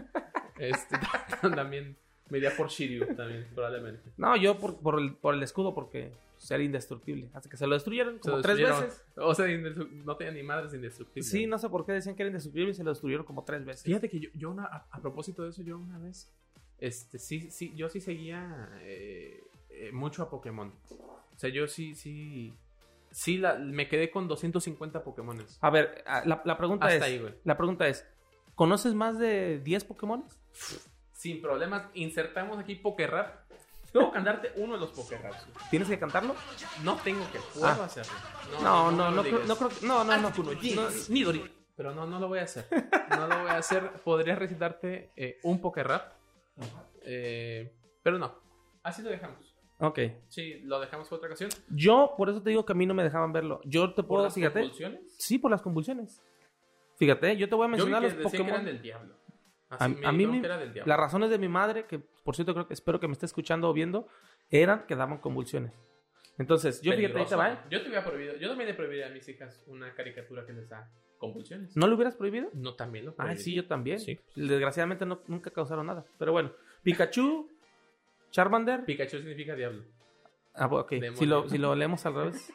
Speaker 2: este, también me iría por Shiryu también, probablemente.
Speaker 1: No, yo por, por el, por el escudo, porque era indestructible. Hasta que se lo destruyeron
Speaker 2: Se
Speaker 1: como
Speaker 2: lo
Speaker 1: tres
Speaker 2: destruyeron.
Speaker 1: veces.
Speaker 2: O sea, indestru- no tenía ni madres indestructibles.
Speaker 1: Sí, no sé por qué decían que era indestructible y se lo destruyeron como tres veces.
Speaker 2: Fíjate que yo, yo una- a, a propósito de eso, yo una vez, este, sí, sí, yo sí seguía eh, eh, mucho a Pokémon. O sea, yo sí, sí, sí, la- me quedé con 250 Pokémones.
Speaker 1: A ver, a- la, la pregunta
Speaker 2: Hasta
Speaker 1: es...
Speaker 2: ahí, güey.
Speaker 1: La pregunta es, ¿conoces más de 10 Pokémon?
Speaker 2: Sin problemas, insertamos aquí Pokérap. Tengo que andarte uno de los Pokérraps.
Speaker 1: ¿Tienes que cantarlo?
Speaker 2: No tengo que puedo
Speaker 1: Ah.
Speaker 2: hacerlo.
Speaker 1: No,
Speaker 2: me
Speaker 1: no, no,
Speaker 2: lo
Speaker 1: creo,
Speaker 2: digas.
Speaker 1: no creo que- No, no, no. No,
Speaker 2: ni Dori. Pero no, no lo voy a hacer. No lo voy a hacer. Podría recitarte eh, un poker rap. Eh, pero no. Así lo dejamos.
Speaker 1: Ok.
Speaker 2: Sí, lo dejamos por otra ocasión.
Speaker 1: Yo, por eso te digo que a mí no me dejaban verlo. Yo te
Speaker 2: Por
Speaker 1: puedo...
Speaker 2: las
Speaker 1: Fíjate.
Speaker 2: convulsiones.
Speaker 1: Sí, por las convulsiones. Fíjate, yo te voy a
Speaker 2: Yo vi que
Speaker 1: mencionar los
Speaker 2: decían que
Speaker 1: Pokémon.
Speaker 2: eran del diablo.
Speaker 1: A-
Speaker 2: Así, me
Speaker 1: a mí
Speaker 2: dijeron
Speaker 1: me-
Speaker 2: que era del diablo.
Speaker 1: Las razones de mi madre, que por cierto creo que espero que me esté escuchando o viendo, eran que daban convulsiones. Entonces, yo fíjate, ahí te
Speaker 2: Peligroso,
Speaker 1: va, ¿eh?
Speaker 2: ¿no? Yo te hubiera prohibido. Yo también le prohibiría a mis hijas una caricatura que les da convulsiones.
Speaker 1: ¿No lo hubieras prohibido?
Speaker 2: No, también lo
Speaker 1: Ah,
Speaker 2: prohibiría.
Speaker 1: sí, yo también.
Speaker 2: Eh, Sí. pues.
Speaker 1: Desgraciadamente no- nunca causaron nada. Pero bueno, Pikachu, Charmander.
Speaker 2: Pikachu significa diablo.
Speaker 1: ah, bueno, ok.
Speaker 2: Demonio.
Speaker 1: Si lo, si lo leemos al revés.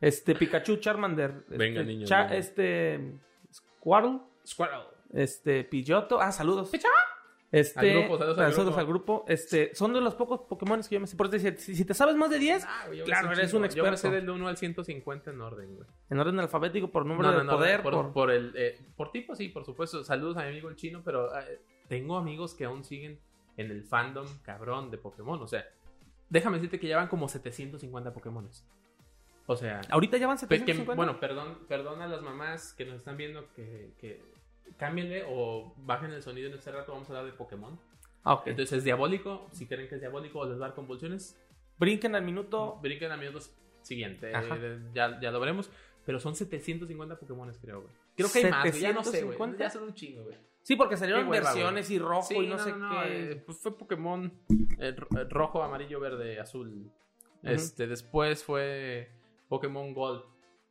Speaker 1: Este, Pikachu, Charmander. este,
Speaker 2: Venga, niños,
Speaker 1: Cha-
Speaker 2: venga.
Speaker 1: Este, Squirtle.
Speaker 2: Squirrel.
Speaker 1: Este, Pilloto. Ah, saludos.
Speaker 2: Pichá.
Speaker 1: Este,
Speaker 2: Al grupo, saludos al
Speaker 1: saludos al grupo. Este, son de los pocos Pokémon que yo me sé. Por eso decía, si, si te sabes más de 10,
Speaker 2: Ah, güey, yo me
Speaker 1: Claro,
Speaker 2: sé
Speaker 1: eres
Speaker 2: chingo.
Speaker 1: un
Speaker 2: Yo me sé
Speaker 1: experto.
Speaker 2: del 1 al 150 en orden, güey.
Speaker 1: en orden alfabético, por número de
Speaker 2: no,
Speaker 1: poder,
Speaker 2: por,
Speaker 1: por-
Speaker 2: por el, eh, por tipo, sí, por supuesto. Saludos a mi amigo el chino, pero eh, tengo amigos que aún siguen en el fandom cabrón de Pokémon. O sea, déjame decirte que ya van como 750 Pokémones. O sea,
Speaker 1: Ahorita ya van
Speaker 2: pe- que-
Speaker 1: 750.
Speaker 2: bueno, perdón, perdón a las mamás que nos están viendo que, que cámbienle o bajen el sonido en este rato. Vamos a hablar de Pokémon.
Speaker 1: Ah, ok.
Speaker 2: Entonces es diabólico. Si creen que es diabólico o les va a dar convulsiones,
Speaker 1: Brinquen al minuto.
Speaker 2: brinquen a minutos siguiente.
Speaker 1: Ajá.
Speaker 2: eh, ya, ya lo veremos. Pero son 750 Pokémones, creo, güey. Creo que hay más, güey, Ya no sé, güey.
Speaker 1: 750?
Speaker 2: Ya son un chingo, güey.
Speaker 1: Sí, porque salieron
Speaker 2: Qué hueva,
Speaker 1: versiones y rojo
Speaker 2: Sí,
Speaker 1: y no,
Speaker 2: no,
Speaker 1: sé
Speaker 2: no, no,
Speaker 1: qué.
Speaker 2: eh, pues fue Pokémon eh, ro- eh, rojo, amarillo, verde, azul.
Speaker 1: Ujú.
Speaker 2: Este, después fue Pokémon Gold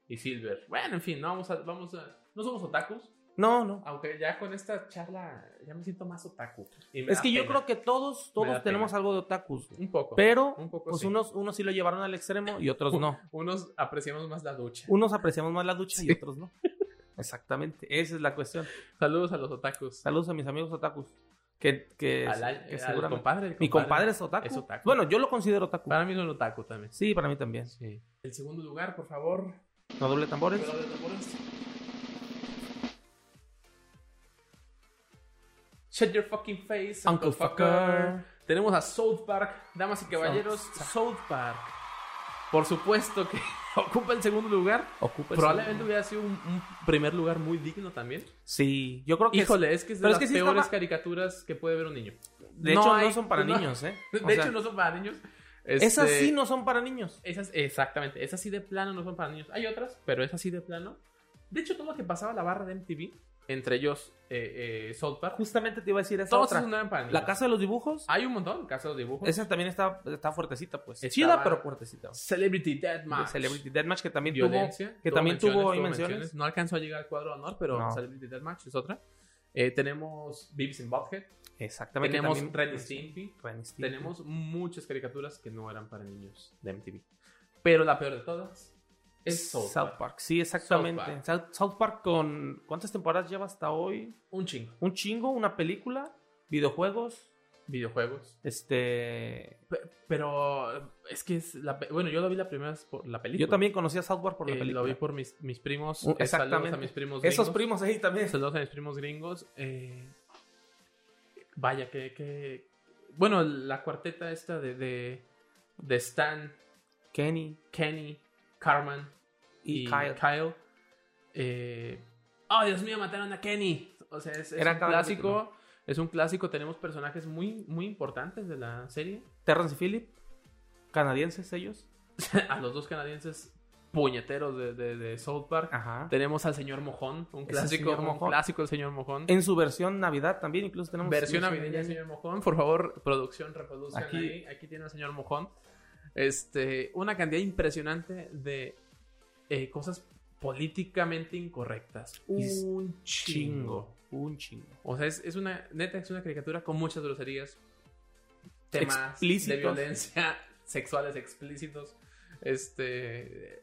Speaker 2: y Silver. Bueno, en fin, no vamos a, vamos a. No somos otakus,
Speaker 1: No, no.
Speaker 2: aunque ya con esta charla ya me siento más otaku.
Speaker 1: Es que yo creo que todos,
Speaker 2: Me
Speaker 1: todos
Speaker 2: da
Speaker 1: tenemos
Speaker 2: pena.
Speaker 1: algo de otakus. güey.
Speaker 2: un poco.
Speaker 1: Pero,
Speaker 2: un poco
Speaker 1: pues
Speaker 2: sí.
Speaker 1: unos, unos sí lo llevaron al extremo y otros no.
Speaker 2: Unos apreciamos más la ducha.
Speaker 1: Unos apreciamos más la ducha
Speaker 2: Sí.
Speaker 1: y otros no. Exactamente. Esa es la cuestión.
Speaker 2: Saludos a los otakus.
Speaker 1: Saludos a mis amigos otakus. Que, que,
Speaker 2: Al, eh, al-
Speaker 1: que
Speaker 2: al
Speaker 1: seguramente-
Speaker 2: compadre, el
Speaker 1: Mi compadre es otaku.
Speaker 2: es otaku.
Speaker 1: Bueno, yo lo considero otaku.
Speaker 2: Para mí son otaku también.
Speaker 1: Sí, para mí también.
Speaker 2: Sí. El segundo lugar, por favor.
Speaker 1: No doble tambores.
Speaker 2: Pero de tambores. Shut your fucking face,
Speaker 1: Uncle Fucker.
Speaker 2: Tenemos a South Park, damas y caballeros, South Park. Por supuesto que ocupa el segundo lugar.
Speaker 1: Ocupa el
Speaker 2: Probablemente
Speaker 1: segundo.
Speaker 2: hubiera sido un, un primer lugar muy digno también.
Speaker 1: Sí, yo creo que. es-
Speaker 2: Híjole, es que es de
Speaker 1: Pero es
Speaker 2: las
Speaker 1: que sí está
Speaker 2: peores
Speaker 1: ma-
Speaker 2: caricaturas que puede ver un niño.
Speaker 1: de
Speaker 2: no
Speaker 1: hecho,
Speaker 2: hay-
Speaker 1: no son para
Speaker 2: no-
Speaker 1: niños, ¿eh?
Speaker 2: De
Speaker 1: O
Speaker 2: hecho,
Speaker 1: sea,
Speaker 2: no son para niños.
Speaker 1: Esas
Speaker 2: Este,
Speaker 1: sí no son para niños.
Speaker 2: Esas, exactamente, esas sí de plano no son para niños. Hay otras, pero esas sí de plano. De hecho, todo lo que pasaba en la barra de MTV, entre ellos eh, eh, South Park,
Speaker 1: Justamente te iba a decir esa
Speaker 2: todos
Speaker 1: otra.
Speaker 2: esos no eran para niños.
Speaker 1: La casa de los dibujos.
Speaker 2: Hay un montón, Casa de los Dibujos.
Speaker 1: Esa también está, está fuertecita, pues.
Speaker 2: pues. Estaba-
Speaker 1: Chida, pero fuertecita.
Speaker 2: Celebrity Deathmatch.
Speaker 1: Celebrity Deathmatch, que también
Speaker 2: Violencia.
Speaker 1: tuvo. Que también tuvo ahí menciones.
Speaker 2: No alcanzó a llegar al cuadro de honor, pero
Speaker 1: No.
Speaker 2: Celebrity Deathmatch es otra. Eh, tenemos Beavis and Butthead.
Speaker 1: Exactamente.
Speaker 2: Tenemos
Speaker 1: también-
Speaker 2: Ren y Stimpy.
Speaker 1: Ren y Stimpy.
Speaker 2: Tenemos muchas caricaturas que no eran para niños de MTV. Pero la peor de todas es South, Park.
Speaker 1: Sí, exactamente.
Speaker 2: South
Speaker 1: South Park. con. ¿Cuántas temporadas lleva hasta hoy?
Speaker 2: Un chingo.
Speaker 1: Un chingo, una película, videojuegos.
Speaker 2: Videojuegos.
Speaker 1: Este.
Speaker 2: Pe- Pero es que es la pe- bueno, yo lo vi la primera vez por la película.
Speaker 1: Yo también conocí a South Park por la
Speaker 2: Eh,
Speaker 1: película.
Speaker 2: Lo vi por mis, mis primos.
Speaker 1: Uh,
Speaker 2: eh, Saludos a
Speaker 1: exactamente.
Speaker 2: mis primos gringos.
Speaker 1: Esos primos ahí también.
Speaker 2: Saludos a mis primos gringos. eh, vaya, que, que- Bueno, la cuarteta esta de, de, de Stan,
Speaker 1: Kenny
Speaker 2: Kenny, Carmen
Speaker 1: y, Kyle.
Speaker 2: eh, ¡Oh, Dios mío! Mataron a Kenny. O sea, es, es
Speaker 1: Era
Speaker 2: un
Speaker 1: cada
Speaker 2: clásico. Es un clásico. Tenemos personajes muy, muy importantes de la serie.
Speaker 1: Terrence y Philip. Canadienses ellos.
Speaker 2: a los dos canadienses puñeteros de, de- de South Park.
Speaker 1: Ajá.
Speaker 2: Tenemos al señor Mojón, un
Speaker 1: el
Speaker 2: clásico,
Speaker 1: Ah. señor
Speaker 2: un
Speaker 1: Mojón.
Speaker 2: clásico del señor Mojón.
Speaker 1: En su versión Navidad también, incluso tenemos.
Speaker 2: Versión navideña del señor Mojón. Por favor, producción, reproduzcan
Speaker 1: Aquí-
Speaker 2: ahí. Aquí tiene al señor Mojón. Este, una cantidad impresionante de eh, cosas políticamente incorrectas.
Speaker 1: Es
Speaker 2: Un chingo.
Speaker 1: Chingo. Un chingo.
Speaker 2: O sea, es, es una, neta, es una caricatura con muchas groserías. Temas
Speaker 1: Explícitos.
Speaker 2: de violencia, sexuales explícitos. Este.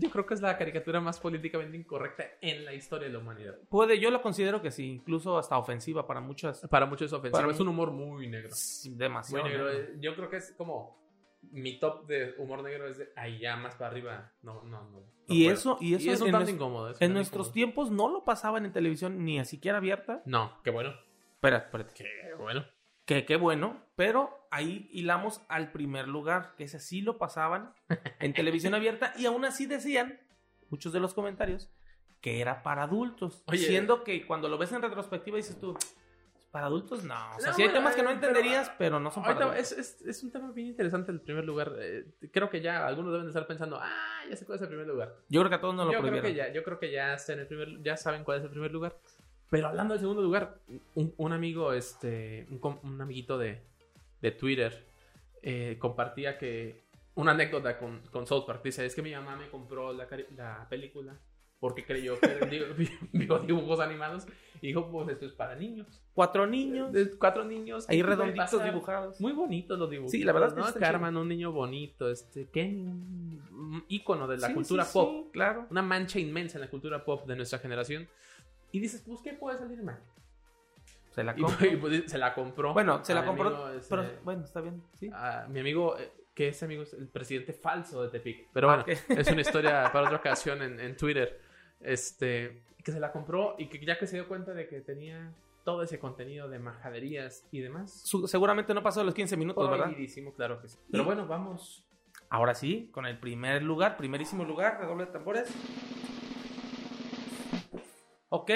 Speaker 2: Yo creo que es la caricatura más políticamente incorrecta en la historia de la humanidad.
Speaker 1: Puede, yo lo considero que sí, incluso hasta ofensiva para muchas.
Speaker 2: Para muchos es ofensivo.
Speaker 1: Para mí-
Speaker 2: es un humor muy negro. Muy
Speaker 1: Demasiado.
Speaker 2: negro.
Speaker 1: ¿no?
Speaker 2: Eh, Yo creo que es como. Mi top de humor negro es de ahí ya más para arriba. No, no, no. no
Speaker 1: Y
Speaker 2: puedo.
Speaker 1: eso, y eso
Speaker 2: Y es un
Speaker 1: en,
Speaker 2: tanto
Speaker 1: nues-
Speaker 2: incómodo. es un
Speaker 1: en
Speaker 2: tanto
Speaker 1: nuestros
Speaker 2: incómodo.
Speaker 1: tiempos no lo pasaban en televisión ni siquiera abierta.
Speaker 2: No, qué bueno.
Speaker 1: Espera, espérate.
Speaker 2: Qué bueno.
Speaker 1: Que qué bueno, pero ahí hilamos al primer lugar, que ese sí lo pasaban en televisión abierta y aún así decían, muchos de los comentarios, que era para adultos.
Speaker 2: Oye.
Speaker 1: siendo que cuando lo ves en retrospectiva dices tú, "Pues, para adultos no. O sea,
Speaker 2: No,
Speaker 1: sí hay
Speaker 2: bueno,
Speaker 1: temas que no
Speaker 2: eh, pero-
Speaker 1: entenderías, pero, no son para
Speaker 2: Ahorita
Speaker 1: adultos.
Speaker 2: es, es- es un tema bien interesante el primer lugar. Eh, creo que ya algunos deben de estar pensando, ah, ya sé cuál es el primer lugar.
Speaker 1: Yo creo que a todos nos lo
Speaker 2: yo, creo
Speaker 1: prohibieron.
Speaker 2: que ya, yo creo que ya, está en el primer, ya saben cuál es el primer lugar. Pero hablando del segundo lugar, un, un amigo, este, un, com- un amiguito de, de Twitter eh, compartía que una anécdota con, con South Park. Dice, es que mi mamá me compró la, cari- la película porque creyó que digo, vio dibujos animados y dijo, pues esto es para niños.
Speaker 1: Cuatro niños,
Speaker 2: De Cuatro niños.
Speaker 1: ahí
Speaker 2: ¿qué puede
Speaker 1: redonditos
Speaker 2: pasar?
Speaker 1: dibujados.
Speaker 2: Muy bonitos los dibujos.
Speaker 1: Sí, la verdad es que
Speaker 2: ¿no?
Speaker 1: están
Speaker 2: Carmen, un niño bonito, este, que un ícono de la
Speaker 1: Sí,
Speaker 2: cultura
Speaker 1: sí, sí,
Speaker 2: pop.
Speaker 1: claro.
Speaker 2: Una mancha inmensa en la cultura pop de nuestra generación. Y dices, pues, ¿qué puede salir mal?
Speaker 1: Se la
Speaker 2: Y,
Speaker 1: compro.
Speaker 2: y, pues, se la compró.
Speaker 1: Bueno, se la
Speaker 2: Al
Speaker 1: compró,
Speaker 2: amigo ese-
Speaker 1: Pero bueno, está bien, sí.
Speaker 2: a mi amigo, eh, que ese amigo es el presidente falso de Tepic. Pero
Speaker 1: Ah,
Speaker 2: bueno,
Speaker 1: ok.
Speaker 2: es una historia para otra ocasión en, en Twitter. Este, que se la compró y que ya que se dio cuenta de que tenía todo ese contenido de majaderías y demás.
Speaker 1: Su- seguramente no pasó de los 15 minutos, ¿verdad?
Speaker 2: Prohibidísimo, claro que sí. Pero bueno, vamos.
Speaker 1: Ahora sí, con el primer lugar, primerísimo lugar, redoble de tambores. Ok,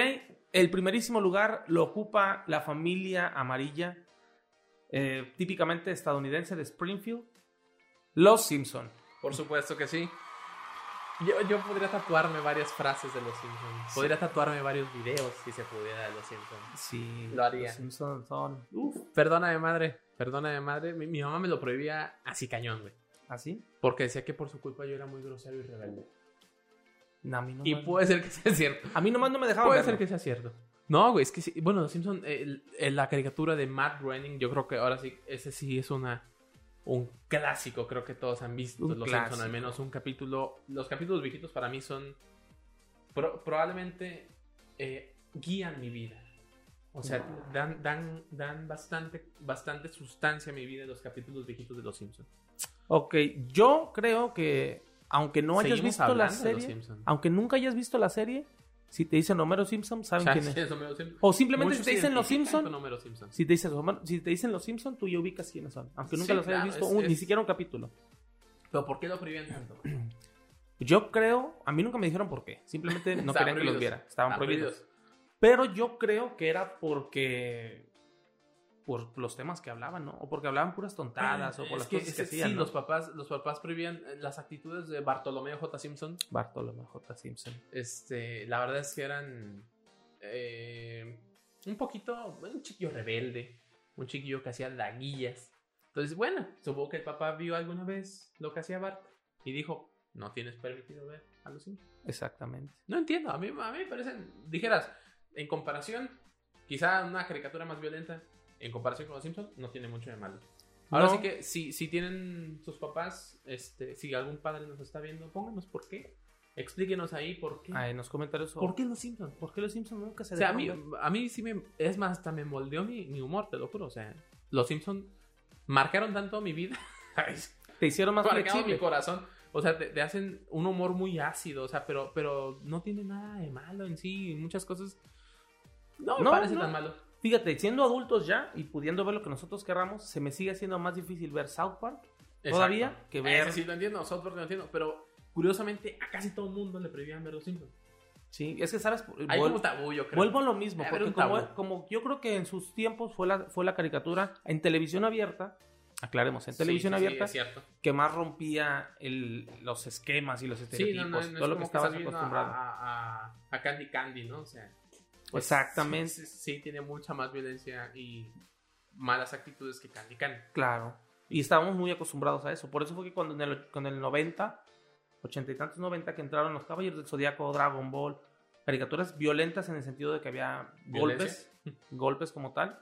Speaker 1: el primerísimo lugar lo ocupa la familia amarilla, eh, típicamente estadounidense de Springfield, Los Simpson.
Speaker 2: Por supuesto que sí. Yo, yo podría tatuarme varias frases de los Simpsons.
Speaker 1: Sí.
Speaker 2: Podría tatuarme varios videos si se pudiera de los Simpsons.
Speaker 1: Sí,
Speaker 2: Lo haría.
Speaker 1: Los Simpson son... Uf,
Speaker 2: Perdona de madre, perdona de madre. Mi, mi mamá me lo prohibía así cañón, güey.
Speaker 1: ¿Así?
Speaker 2: Porque decía que por su culpa yo era muy grosero y rebelde.
Speaker 1: No, a mí no
Speaker 2: y pues-
Speaker 1: me-
Speaker 2: puede ser que sea cierto.
Speaker 1: A mí nomás no me dejaban
Speaker 2: Puede
Speaker 1: verlo.
Speaker 2: ser que sea cierto. No, güey, es que sí. Bueno, los Simpson, el- el- la caricatura de Matt Groening, yo creo que ahora sí, ese sí es una un clásico. Creo que todos han visto
Speaker 1: Un
Speaker 2: los
Speaker 1: clásico.
Speaker 2: Simpson, al menos un capítulo. Los capítulos viejitos para mí son pro- probablemente eh, guían mi vida. O sea, dan, dan, dan bastante, bastante sustancia a mi vida los capítulos viejitos de Los Simpson.
Speaker 1: Ok, yo creo que aunque no hayas
Speaker 2: Seguimos
Speaker 1: visto la
Speaker 2: hablando de Los
Speaker 1: serie, Ah,
Speaker 2: Simpson.
Speaker 1: aunque nunca hayas visto la serie, si te dicen Homero Simpson,
Speaker 2: O
Speaker 1: saben
Speaker 2: sea,
Speaker 1: quién es.
Speaker 2: eso me lo siento.
Speaker 1: O simplemente
Speaker 2: Muchos
Speaker 1: si te dicen Los
Speaker 2: identifican
Speaker 1: Simpson,
Speaker 2: con Homero Simpson.
Speaker 1: si te dices Homero- si te dicen Los Simpson, tú ya ubicas quiénes son, aunque nunca
Speaker 2: Sí,
Speaker 1: los hayas
Speaker 2: claro,
Speaker 1: visto
Speaker 2: es-
Speaker 1: un- ni
Speaker 2: es-
Speaker 1: siquiera un capítulo.
Speaker 2: Pero ¿por qué lo prohibían tanto?
Speaker 1: Yo creo, a mí nunca me dijeron por qué, simplemente no
Speaker 2: Estaban
Speaker 1: querían que los
Speaker 2: prohibidos.
Speaker 1: viera, estaban
Speaker 2: Ah,
Speaker 1: prohibidos. Pero yo creo que era porque por los temas que hablaban, ¿no? O porque hablaban puras tontadas o por
Speaker 2: Es
Speaker 1: las
Speaker 2: que,
Speaker 1: cosas que
Speaker 2: ese-
Speaker 1: hacían.
Speaker 2: sí,
Speaker 1: ¿no?
Speaker 2: los papás, los papás prohibían eh, las actitudes de Bartolomeo J. Simpson.
Speaker 1: Bartolomé J. Simpson.
Speaker 2: Este, la verdad es que eran eh, un poquito, bueno, un chiquillo rebelde, un chiquillo que hacía daguillas. Entonces, bueno, supongo que el papá vio alguna vez lo que hacía Bart y dijo, no tienes permitido ver a los Simpsons.
Speaker 1: Exactamente.
Speaker 2: No entiendo, a mí, a mí me parecen, dijeras, en comparación, quizá una caricatura más violenta, en comparación con los Simpsons, no tiene mucho de malo. Ahora
Speaker 1: No.
Speaker 2: sí que si, si tienen sus papás, este, si algún padre nos está viendo, pónganos por qué. Explíquenos ahí por qué.
Speaker 1: Ah, en los comentarios.
Speaker 2: ¿Por qué los Simpsons?
Speaker 1: ¿Por qué los Simpsons nunca se
Speaker 2: O sea, a
Speaker 1: dejaron
Speaker 2: mí,
Speaker 1: ver?
Speaker 2: a mí sí me... Es más, hasta me moldeó mi, mi humor, te lo juro. O sea, los Simpsons marcaron tanto mi vida.
Speaker 1: Te hicieron más
Speaker 2: marcaron mi
Speaker 1: flexible.
Speaker 2: corazón. O sea, te, te hacen un humor muy ácido. O sea, pero, pero no tiene nada de malo en sí. Muchas cosas... No, me
Speaker 1: No,
Speaker 2: parece
Speaker 1: no.
Speaker 2: tan malo.
Speaker 1: Fíjate, siendo adultos ya y pudiendo ver lo que nosotros querramos, se me sigue haciendo más difícil ver South Park todavía
Speaker 2: Exacto.
Speaker 1: que ver.
Speaker 2: Ese sí lo entiendo, Southport lo entiendo. Pero curiosamente a casi todo el mundo le prohibían ver los Simpsons.
Speaker 1: Sí, es que sabes,
Speaker 2: Hay
Speaker 1: vuel-
Speaker 2: como tabú, yo creo.
Speaker 1: vuelvo a lo mismo,
Speaker 2: Debe haber
Speaker 1: porque
Speaker 2: un
Speaker 1: como,
Speaker 2: tabú.
Speaker 1: como yo creo que en sus tiempos fue la, fue la caricatura en televisión abierta, aclaremos, en televisión
Speaker 2: Sí, sí, sí,
Speaker 1: abierta,
Speaker 2: es cierto.
Speaker 1: que más rompía el- los esquemas y los
Speaker 2: Sí,
Speaker 1: estereotipos,
Speaker 2: no, no, no es
Speaker 1: todo lo
Speaker 2: como
Speaker 1: que estabas
Speaker 2: estás viendo
Speaker 1: acostumbrado.
Speaker 2: A, a- a Candy Candy, ¿no? O sea, pues,
Speaker 1: Exactamente.
Speaker 2: Sí, sí, tiene mucha más violencia y malas actitudes que Candy Candy.
Speaker 1: Claro. Y estábamos muy acostumbrados a eso. Por eso fue que cuando en el, con el 90, 80 y tantos 90 que entraron los Caballeros del Zodiaco, Dragon Ball, caricaturas violentas en el sentido de que había golpes,
Speaker 2: Violencia.
Speaker 1: golpes como tal.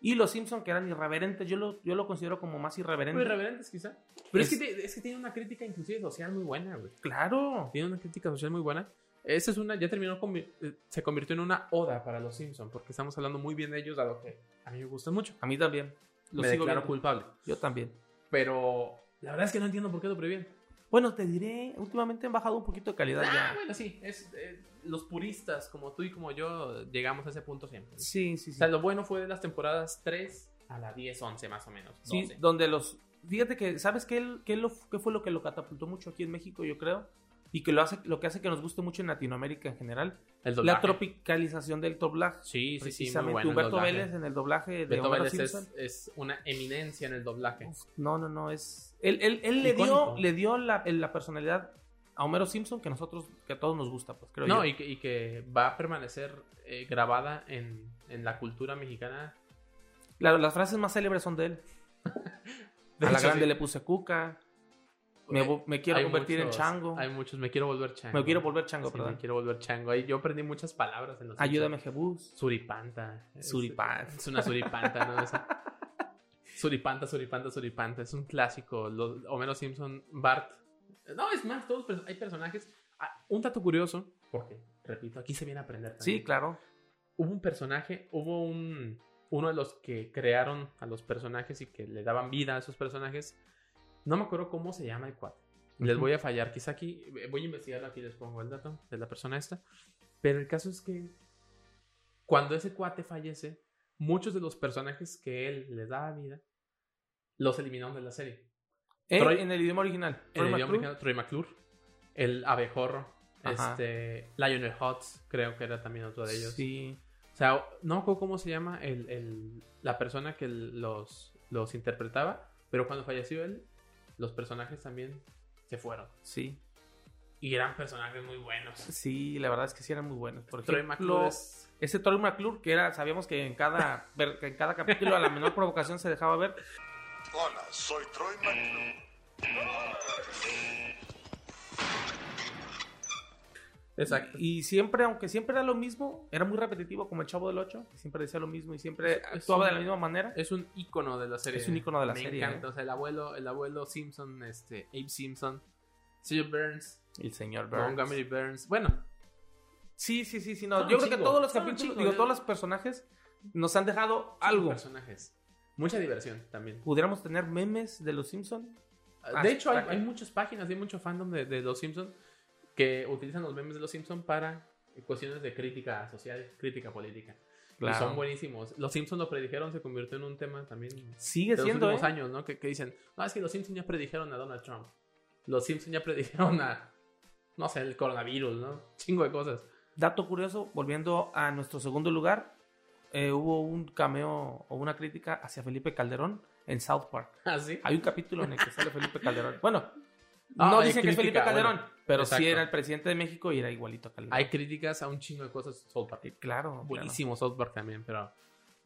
Speaker 1: Y los Simpson que eran irreverentes, yo lo, yo lo considero como más irreverente.
Speaker 2: Muy irreverentes, Pues, quizá. Pero es,
Speaker 1: Es-
Speaker 2: que te- es que tiene una crítica inclusive social muy buena, güey.
Speaker 1: claro.
Speaker 2: Tiene una crítica social muy buena. Esa es una, ya terminó, convi- eh, se convirtió en una oda para los Simpsons, porque estamos hablando muy bien de ellos, a lo que a mí me gusta mucho.
Speaker 1: A mí también. Lo
Speaker 2: me
Speaker 1: sigo
Speaker 2: declaro
Speaker 1: viendo.
Speaker 2: culpable.
Speaker 1: Yo también.
Speaker 2: Pero la verdad es que no entiendo por qué lo prohibieron.
Speaker 1: Bueno, te diré, últimamente han bajado un poquito de calidad
Speaker 2: Ah,
Speaker 1: ya.
Speaker 2: bueno, sí. Es, eh, los puristas como tú y como yo llegamos a ese punto siempre.
Speaker 1: Sí, sí,
Speaker 2: O
Speaker 1: sí.
Speaker 2: sea, lo bueno fue de las temporadas 3 a la 10, 11 más o menos.
Speaker 1: Sí,
Speaker 2: 12.
Speaker 1: donde los... Fíjate que, ¿sabes qué, él- qué, lo- qué fue lo que lo catapultó mucho aquí en México, yo creo? Y que lo, hace, lo que hace que nos guste mucho en Latinoamérica en general.
Speaker 2: El
Speaker 1: La
Speaker 2: doblaje.
Speaker 1: tropicalización del doblaje.
Speaker 2: Sí, sí, sí, muy
Speaker 1: Precisamente
Speaker 2: bueno. el
Speaker 1: Humberto
Speaker 2: doblaje.
Speaker 1: Vélez en el doblaje de
Speaker 2: Beto
Speaker 1: Homero
Speaker 2: Vélez
Speaker 1: Simpson.
Speaker 2: es, es una eminencia en el doblaje.
Speaker 1: Uf, no, no, no, es... Él, él- él le dio,
Speaker 2: Icónico.
Speaker 1: le dio la, la personalidad a Homero Simpson que a nosotros, que a todos nos gusta, pues creo
Speaker 2: no,
Speaker 1: yo.
Speaker 2: y que, y que va a permanecer eh, grabada en, en la cultura mexicana.
Speaker 1: Claro, las frases más célebres son de él.
Speaker 2: De
Speaker 1: a la
Speaker 2: hecho,
Speaker 1: grande
Speaker 2: sí.
Speaker 1: le puse cuca, me, vo- me quiero
Speaker 2: Hay
Speaker 1: convertir
Speaker 2: muchos-
Speaker 1: en chango,
Speaker 2: Hay muchos, me quiero volver chango.
Speaker 1: me quiero volver chango,
Speaker 2: Sí,
Speaker 1: perdón.
Speaker 2: me quiero volver chango. Ahí Yo aprendí muchas palabras en los
Speaker 1: Ayúdame, Jebus.
Speaker 2: Suripanta. Es-
Speaker 1: Suripanta.
Speaker 2: Es, una suripanta, ¿no? Esa- suripanta, suripanta, suripanta. Es un clásico. Los- Homero Simpson, Bart. No, es más, todos pers- hay personajes. Ah, un dato curioso, porque, repito, aquí se viene a aprender también.
Speaker 1: Sí, claro.
Speaker 2: Hubo un personaje, hubo un... Uno de los que crearon a los personajes y que le daban vida a esos personajes. No me acuerdo cómo se llama el cuadro. Les
Speaker 1: Ujú.
Speaker 2: voy a fallar, quizá aquí, eh, voy a investigarlo aquí, les pongo el dato de la persona esta. Pero el caso es que Cuando ese cuate fallece, muchos de los personajes que él les daba vida los eliminaron de la serie.
Speaker 1: En,
Speaker 2: Troy-
Speaker 1: Eh, en el idioma original.
Speaker 2: El
Speaker 1: Troy
Speaker 2: idioma
Speaker 1: McClure.
Speaker 2: original, Troy McClure, el abejorro,
Speaker 1: Ajá.
Speaker 2: este, Lionel Hutz, creo que era también otro de ellos.
Speaker 1: Sí.
Speaker 2: O sea, no me acuerdo cómo se llama el, el- la persona que los, los interpretaba, pero cuando falleció él, los personajes también se fueron.
Speaker 1: Sí,
Speaker 2: Y eran personajes muy buenos.
Speaker 1: sí, la verdad es que sí eran muy buenos. Por
Speaker 2: Troy
Speaker 1: ejemplo,
Speaker 2: McClure es-
Speaker 1: ese Troy McClure que era, sabíamos que en cada, ver- que en cada capítulo a la menor provocación se dejaba ver.
Speaker 3: Hola, soy Troy McClure.
Speaker 2: Exacto.
Speaker 1: Y siempre, aunque siempre era lo mismo, era muy repetitivo como el Chavo del Ocho, que siempre decía lo mismo y siempre
Speaker 2: Es- es
Speaker 1: actuaba de
Speaker 2: un-
Speaker 1: la misma manera.
Speaker 2: Es un ícono de la serie.
Speaker 1: Es un ícono de la
Speaker 2: Me
Speaker 1: serie,
Speaker 2: encanta.
Speaker 1: ¿eh?
Speaker 2: O sea, el abuelo, el abuelo Simpson, este, Abe Simpson, Sir Burns,
Speaker 1: El señor
Speaker 2: Montgomery Burns. Bueno,
Speaker 1: Sí, sí, sí, sí. No.
Speaker 2: Son
Speaker 1: Yo
Speaker 2: un
Speaker 1: creo que
Speaker 2: chingo,
Speaker 1: todos los
Speaker 2: son un
Speaker 1: capítulos,
Speaker 2: chingo, eh.
Speaker 1: digo,
Speaker 2: yo-
Speaker 1: todos los personajes nos han dejado algo.
Speaker 2: personajes. Mucha diversión también.
Speaker 1: Pudiéramos tener memes de los Simpson Hasta
Speaker 2: De hecho, hay,
Speaker 1: que-
Speaker 2: hay muchas páginas, hay mucho fandom de, de los Simpsons que utilizan los memes de los Simpsons para cuestiones de crítica social, crítica política. Y son buenísimos. Los Simpsons lo predijeron, se convirtió en un tema también
Speaker 1: Sigue
Speaker 2: de los
Speaker 1: siendo,
Speaker 2: últimos
Speaker 1: ¿eh?
Speaker 2: años, ¿no? Que, que dicen, no, es que los Simpsons ya predijeron a Donald Trump. Los Simpsons ya predijeron a, no sé, el coronavirus, ¿no? Chingo de cosas.
Speaker 1: Dato curioso, volviendo a nuestro segundo lugar, eh, hubo un cameo o una crítica hacia Felipe Calderón en South Park.
Speaker 2: Así.
Speaker 1: Hay un capítulo en el que sale Felipe Calderón. Bueno,
Speaker 2: Ah,
Speaker 1: no
Speaker 2: hay
Speaker 1: dicen que es Felipe
Speaker 2: crítica,
Speaker 1: Calderón,
Speaker 2: bueno,
Speaker 1: pero
Speaker 2: exacto.
Speaker 1: sí era el presidente de México y era igualito a Calderón.
Speaker 2: Hay críticas a un chingo de cosas. South Park.
Speaker 1: Eh, Claro. claro.
Speaker 2: Buenísimo South Park también, pero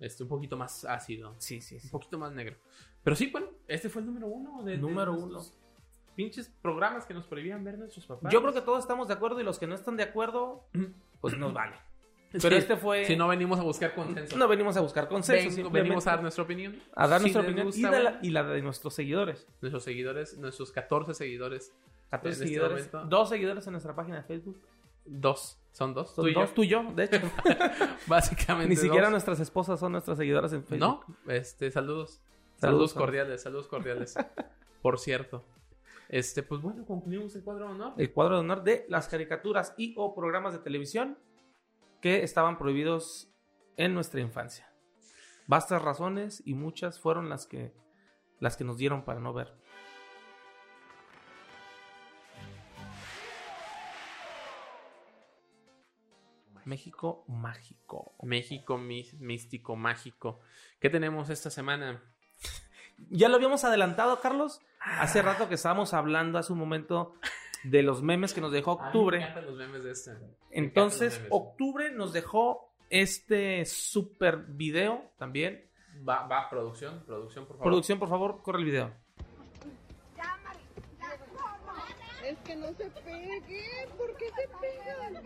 Speaker 2: este, un poquito más ácido.
Speaker 1: Sí, sí,
Speaker 2: un
Speaker 1: sí.
Speaker 2: poquito más negro. Pero sí, bueno, este fue el número uno de, de
Speaker 1: Número
Speaker 2: nuestros pinches programas que nos prohibían ver nuestros papás.
Speaker 1: Yo creo que todos estamos de acuerdo y los que no están de acuerdo, pues nos vale. Pero
Speaker 2: Sí,
Speaker 1: este fue...
Speaker 2: si no venimos a buscar consenso.
Speaker 1: No venimos a buscar
Speaker 2: Vengo-
Speaker 1: consenso, simplemente
Speaker 2: venimos a dar nuestra opinión.
Speaker 1: a dar
Speaker 2: Si
Speaker 1: nuestra
Speaker 2: les
Speaker 1: opinión
Speaker 2: gusta,
Speaker 1: y de la,
Speaker 2: bueno,
Speaker 1: y la de nuestros seguidores.
Speaker 2: nuestros seguidores, nuestros 14 seguidores,
Speaker 1: 14
Speaker 2: En este
Speaker 1: seguidores,
Speaker 2: momento-
Speaker 1: dos seguidores en nuestra página de Facebook.
Speaker 2: dos, son dos,
Speaker 1: Son
Speaker 2: tú y yo,
Speaker 1: dos, tú y yo, de hecho.
Speaker 2: básicamente
Speaker 1: Ni
Speaker 2: dos.
Speaker 1: siquiera nuestras esposas son nuestras seguidoras en Facebook.
Speaker 2: No, este, saludos. Saludos,
Speaker 1: Saludos.
Speaker 2: cordiales, saludos cordiales. Por cierto. Este, pues bueno, concluimos el cuadro, ¿no?
Speaker 1: El cuadro de honor de las caricaturas y o programas de televisión que estaban prohibidos en nuestra infancia. Vastas razones y muchas fueron las que, las que nos dieron para no ver. México mágico.
Speaker 2: México mí- místico, mágico. ¿Qué tenemos esta semana?
Speaker 1: Ya lo habíamos adelantado, Carlos. Hace rato que estábamos hablando hace un momento de los memes que nos dejó
Speaker 2: A mí me
Speaker 1: octubre.
Speaker 2: encantan los memes de este.
Speaker 1: Entonces,
Speaker 2: encantan los memes.
Speaker 1: octubre nos dejó este super video también.
Speaker 2: Va, va, producción, producción, por favor.
Speaker 1: Producción, por favor, corre el video.
Speaker 4: Es que no se peguen, ¿por qué se pegan?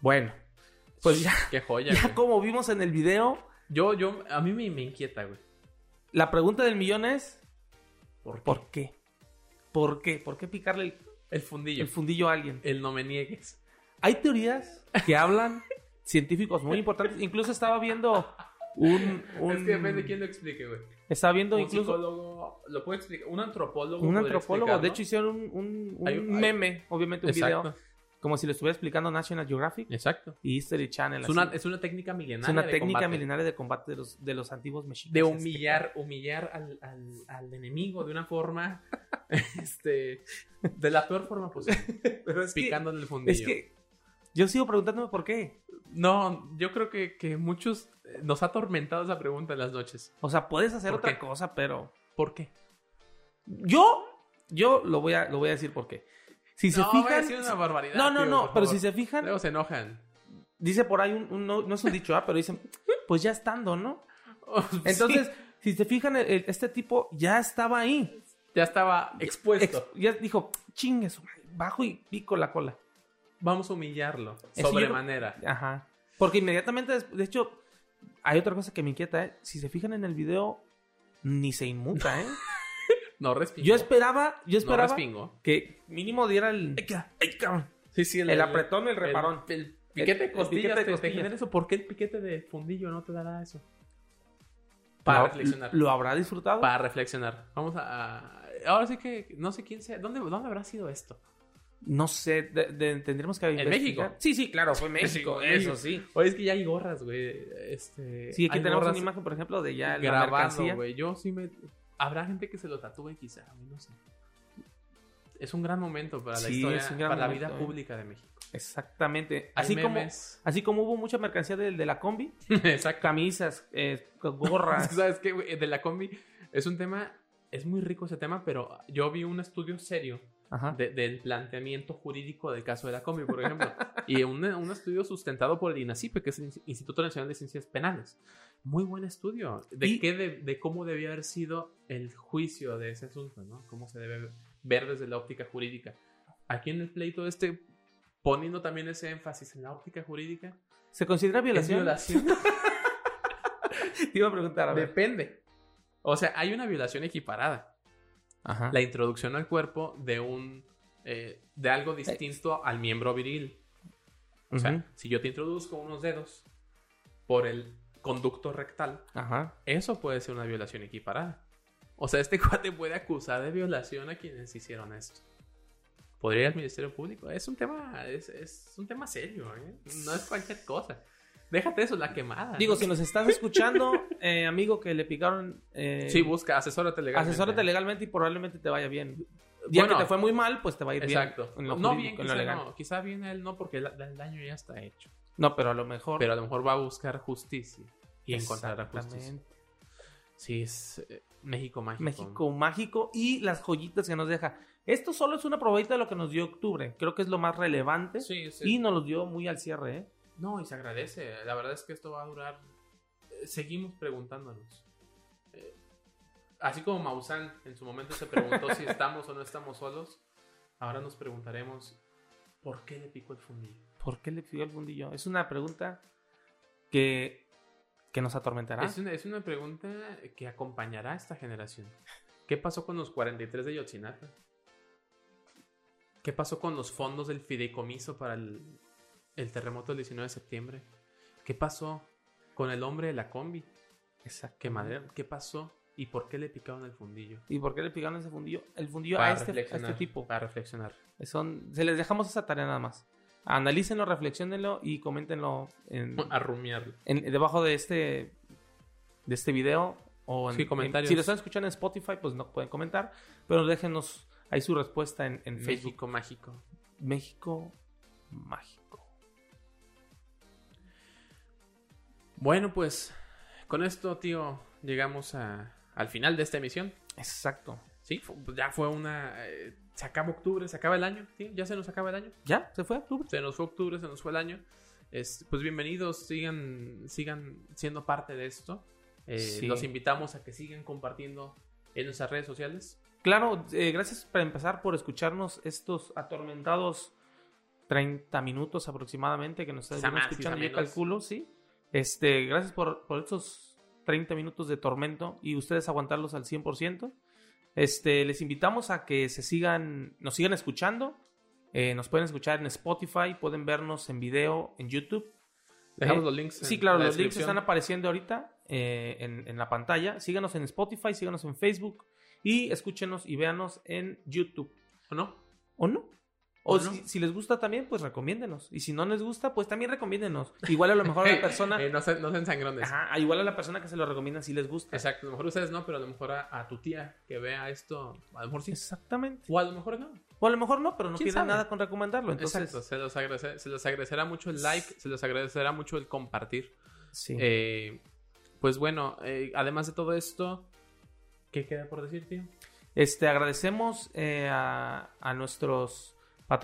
Speaker 1: Bueno, pues ya,
Speaker 2: Qué joya,
Speaker 1: ya
Speaker 2: güey.
Speaker 1: como vimos en el video,
Speaker 2: Yo, yo, a mí me, me inquieta, güey.
Speaker 1: la pregunta del millón es,
Speaker 2: ¿Por
Speaker 1: ¿por qué? ¿Por qué? ¿Por qué picarle el,
Speaker 2: El fundillo.
Speaker 1: el
Speaker 2: El,
Speaker 1: fundillo a alguien?
Speaker 2: no me niegues.
Speaker 1: Hay teorías que hablan científicos muy importantes. Incluso estaba viendo un... un-
Speaker 2: Es que depende de quién lo explique, güey.
Speaker 1: Estaba viendo
Speaker 2: Un
Speaker 1: incluso...
Speaker 2: psicólogo lo puede explicar. Un antropólogo.
Speaker 1: Un
Speaker 2: podría
Speaker 1: antropólogo, de
Speaker 2: explicarlo.
Speaker 1: hecho hicieron un, un- un
Speaker 2: Hay un- hay-
Speaker 1: meme, obviamente un
Speaker 2: Exacto.
Speaker 1: video, como si lo estuviera explicando National Geographic
Speaker 2: Exacto.
Speaker 1: y History Channel.
Speaker 2: Es una,
Speaker 1: así.
Speaker 2: es una técnica milenaria.
Speaker 1: Es una
Speaker 2: de
Speaker 1: técnica
Speaker 2: combate.
Speaker 1: milenaria de combate de los, de los antiguos mexicas.
Speaker 2: De humillar, humillar al, al- al enemigo de una forma. este. De la peor forma posible.
Speaker 1: Pero es que,
Speaker 2: picándole el fundillo.
Speaker 1: es que yo sigo preguntándome por qué.
Speaker 2: No, yo creo que, que muchos eh, nos ha atormentado esa pregunta en las noches.
Speaker 1: O sea, puedes hacer
Speaker 2: ¿Por
Speaker 1: otra
Speaker 2: qué?
Speaker 1: cosa, pero
Speaker 2: ¿Por qué?
Speaker 1: yo, yo lo voy a, lo voy a decir por qué. Si se
Speaker 2: no, voy a
Speaker 1: fijan,
Speaker 2: decir una barbaridad.
Speaker 1: no, no,
Speaker 2: tío,
Speaker 1: no,
Speaker 2: por
Speaker 1: pero
Speaker 2: favor.
Speaker 1: si se fijan,
Speaker 2: Luego se enojan.
Speaker 1: dice por ahí un, un- no, no es un dicho, ah, pero dicen, pues ya estando, ¿no? Entonces, si se fijan, el- el- este tipo ya estaba ahí.
Speaker 2: Sí, ya estaba expuesto.
Speaker 1: Ex- ya dijo, chingue su madre, bajo y pico la cola.
Speaker 2: Vamos a humillarlo.
Speaker 1: Eso yo-
Speaker 2: Sobremanera.
Speaker 1: Ajá. Porque inmediatamente, des- de hecho, hay otra cosa que me inquieta, ¿eh? Si se fijan en el video, ni se inmuta, ¿eh?
Speaker 2: No respingo.
Speaker 1: Yo esperaba, yo
Speaker 2: No
Speaker 1: esperaba
Speaker 2: respingo.
Speaker 1: que mínimo diera el... ¡Ay, cabrón!
Speaker 2: Sí, sí,
Speaker 1: El, apretón, el reparón.
Speaker 2: El, piquete
Speaker 1: El-
Speaker 2: de
Speaker 1: el
Speaker 2: costillas
Speaker 1: piquete de
Speaker 2: te- te
Speaker 1: costillas.
Speaker 2: genera eso. ¿Por qué el piquete de fundillo no te dará eso? Para
Speaker 1: ¿Lo-
Speaker 2: reflexionar.
Speaker 1: ¿Lo habrá disfrutado?
Speaker 2: Para reflexionar. Vamos a, a- Ahora sí que no sé quién sea. ¿Dónde, dónde habrá sido esto?
Speaker 1: No sé, de- de- tendremos que investigar.
Speaker 2: México?
Speaker 1: Sí, sí, claro, fue México,
Speaker 2: México,
Speaker 1: eso
Speaker 2: México.
Speaker 1: sí.
Speaker 2: Oye, es que ya hay gorras, güey. Este,
Speaker 1: Sí, aquí
Speaker 2: hay
Speaker 1: tenemos
Speaker 2: gorras
Speaker 1: una imagen, por ejemplo, de ya la
Speaker 2: grabado,
Speaker 1: mercancía.
Speaker 2: güey. Yo sí me... Habrá gente que se lo tatúe quizá, güey, no sé. Es un gran momento para la
Speaker 1: Sí,
Speaker 2: historia,
Speaker 1: es un gran
Speaker 2: para la
Speaker 1: momento,
Speaker 2: vida
Speaker 1: eh.
Speaker 2: pública de México.
Speaker 1: Exactamente.
Speaker 2: Hay
Speaker 1: Así como,
Speaker 2: memes.
Speaker 1: así como hubo mucha mercancía del- de, la combi,
Speaker 2: Exacto.
Speaker 1: camisas, eh,
Speaker 2: Es que,
Speaker 1: gorras.
Speaker 2: ¿Sabes qué, güey? De la combi es un tema... Es muy rico ese tema, pero yo vi un estudio serio
Speaker 1: Ajá.
Speaker 2: de- del planteamiento jurídico del caso de la combi, por ejemplo. y un, un estudio sustentado por el INACIPE, que es el Ins- Instituto Nacional de Ciencias Penales. Muy buen estudio de,
Speaker 1: Y-
Speaker 2: qué de, de cómo debía haber sido el juicio de ese asunto, ¿no? Cómo se debe ver desde la óptica jurídica. Aquí en el pleito este, poniendo también ese énfasis en la óptica jurídica,
Speaker 1: ¿Se considera
Speaker 2: ¿es
Speaker 1: violación?
Speaker 2: violación?
Speaker 1: Te iba a preguntar, a ver.
Speaker 2: Depende. O sea, hay una violación equiparada.
Speaker 1: Ajá.
Speaker 2: la introducción al cuerpo de un eh, de algo distinto al miembro viril. O sea,
Speaker 1: Ujú.
Speaker 2: si yo te introduzco unos dedos por el conducto rectal,
Speaker 1: Ajá.
Speaker 2: eso puede ser una violación equiparada. O sea, este cuate puede acusar de violación a quienes hicieron esto. Podría ir al Ministerio Público. Es un tema, es, es un tema serio, ¿eh? No es cualquier cosa. Déjate eso, la quemada.
Speaker 1: Digo,
Speaker 2: ¿no?
Speaker 1: si nos estás escuchando, eh, amigo, que le picaron. Eh,
Speaker 2: Sí, busca, asesórate legalmente.
Speaker 1: Asesórate legalmente y probablemente te vaya bien. Ya
Speaker 2: Bueno.
Speaker 1: que te fue muy mal, pues te va a ir
Speaker 2: Exacto.
Speaker 1: bien. en lo
Speaker 2: no bien,
Speaker 1: jurídico, en lo
Speaker 2: quizá
Speaker 1: legal.
Speaker 2: no. Quizá bien él no, porque el- el daño ya está hecho.
Speaker 1: No, pero a lo mejor.
Speaker 2: pero a lo mejor va a buscar justicia y encontrará justicia.
Speaker 1: Exactamente.
Speaker 2: Sí, es eh, México mágico.
Speaker 1: México mágico y las joyitas que nos deja. Esto solo es una probadita de lo que nos dio octubre. Creo que es lo más relevante.
Speaker 2: Sí, sí.
Speaker 1: Y nos lo dio muy al cierre, ¿eh?
Speaker 2: No, y se agradece. La verdad es que esto va a durar. eh, Seguimos preguntándonos. Eh, Así como Maussan en su momento se preguntó si estamos o no estamos solos, ahora nos preguntaremos por qué le picó el fundillo.
Speaker 1: ¿Por qué le pidió el fundillo? Es una pregunta que, que nos atormentará.
Speaker 2: Es una, es una pregunta que acompañará a esta generación. ¿Qué pasó con los 43 de Yotzinapa? ¿Qué pasó con los fondos del fideicomiso para el, el terremoto del 19 de septiembre? ¿Qué pasó con el hombre de la combi?
Speaker 1: Exacto.
Speaker 2: ¿Qué madre? ¿Qué pasó? ¿Y por qué le picaron el fundillo?
Speaker 1: ¿Y por qué le picaron ese fundillo? El fundillo a
Speaker 2: Para
Speaker 1: este, a
Speaker 2: reflexionar,
Speaker 1: este tipo.
Speaker 2: Para reflexionar.
Speaker 1: Son, se les dejamos esa tarea nada más. Analícenlo, reflexionenlo y coméntenlo en,
Speaker 2: A rumiarlo.
Speaker 1: en- debajo de este de este video o en,
Speaker 2: Sí,
Speaker 1: en-
Speaker 2: comentarios.
Speaker 1: si lo están escuchando en Spotify, pues no pueden comentar, pero déjenos ahí su respuesta en, en Facebook.
Speaker 2: México mágico.
Speaker 1: México mágico.
Speaker 2: Bueno, pues con esto, tío, llegamos a- al final de esta emisión.
Speaker 1: Exacto.
Speaker 2: Sí, fu- pues, ya fue una. eh, se acaba octubre, se acaba el año, ¿sí? Ya se nos acaba el año.
Speaker 1: ¿Ya? ¿Se fue octubre?
Speaker 2: Se nos fue octubre, se nos fue el año. Es, pues bienvenidos, sigan, sigan siendo parte de esto. Eh,
Speaker 1: Sí.
Speaker 2: Los invitamos a que sigan compartiendo en nuestras redes sociales.
Speaker 1: Claro, eh, gracias para empezar por escucharnos estos atormentados 30 minutos aproximadamente que nos
Speaker 2: Quizá
Speaker 1: están
Speaker 2: más,
Speaker 1: escuchando,
Speaker 2: quizá
Speaker 1: yo
Speaker 2: menos.
Speaker 1: calculo, sí. Este, gracias por, por estos 30 minutos de tormento y ustedes aguantarlos al 100%. Este, les invitamos a que se sigan, nos sigan escuchando. Eh, nos pueden escuchar en Spotify, pueden vernos en video, en YouTube.
Speaker 2: Dejamos
Speaker 1: Eh,
Speaker 2: los links. en
Speaker 1: Sí, claro,
Speaker 2: la
Speaker 1: los links
Speaker 2: descripción.
Speaker 1: están apareciendo ahorita eh, en, en la pantalla. Síganos en Spotify, síganos en Facebook y escúchenos y véanos en YouTube.
Speaker 2: ¿O no?
Speaker 1: ¿O no? O,
Speaker 2: ¿O no?
Speaker 1: si, si les gusta también, pues recomiéndenos. Y si no les gusta, pues también recomiéndenos. Igual a lo mejor a la persona...
Speaker 2: Eh, no, se, no sean sangrones.
Speaker 1: Ajá, igual a la persona que se lo recomienda si les gusta.
Speaker 2: Exacto, a lo mejor ustedes no, pero a lo mejor a, a tu tía que vea esto, a lo mejor sí.
Speaker 1: Exactamente.
Speaker 2: O a lo mejor no.
Speaker 1: O a lo mejor no, pero no
Speaker 2: ¿Quién
Speaker 1: pierden
Speaker 2: sabe?
Speaker 1: nada con recomendarlo. Entonces,
Speaker 2: Exacto, se los, agradece- se los agradecerá mucho el like, se los agradecerá mucho el compartir.
Speaker 1: sí.
Speaker 2: Eh, pues bueno, eh, además de todo esto, ¿qué queda por decir, tío?
Speaker 1: Este, agradecemos eh, a, a nuestros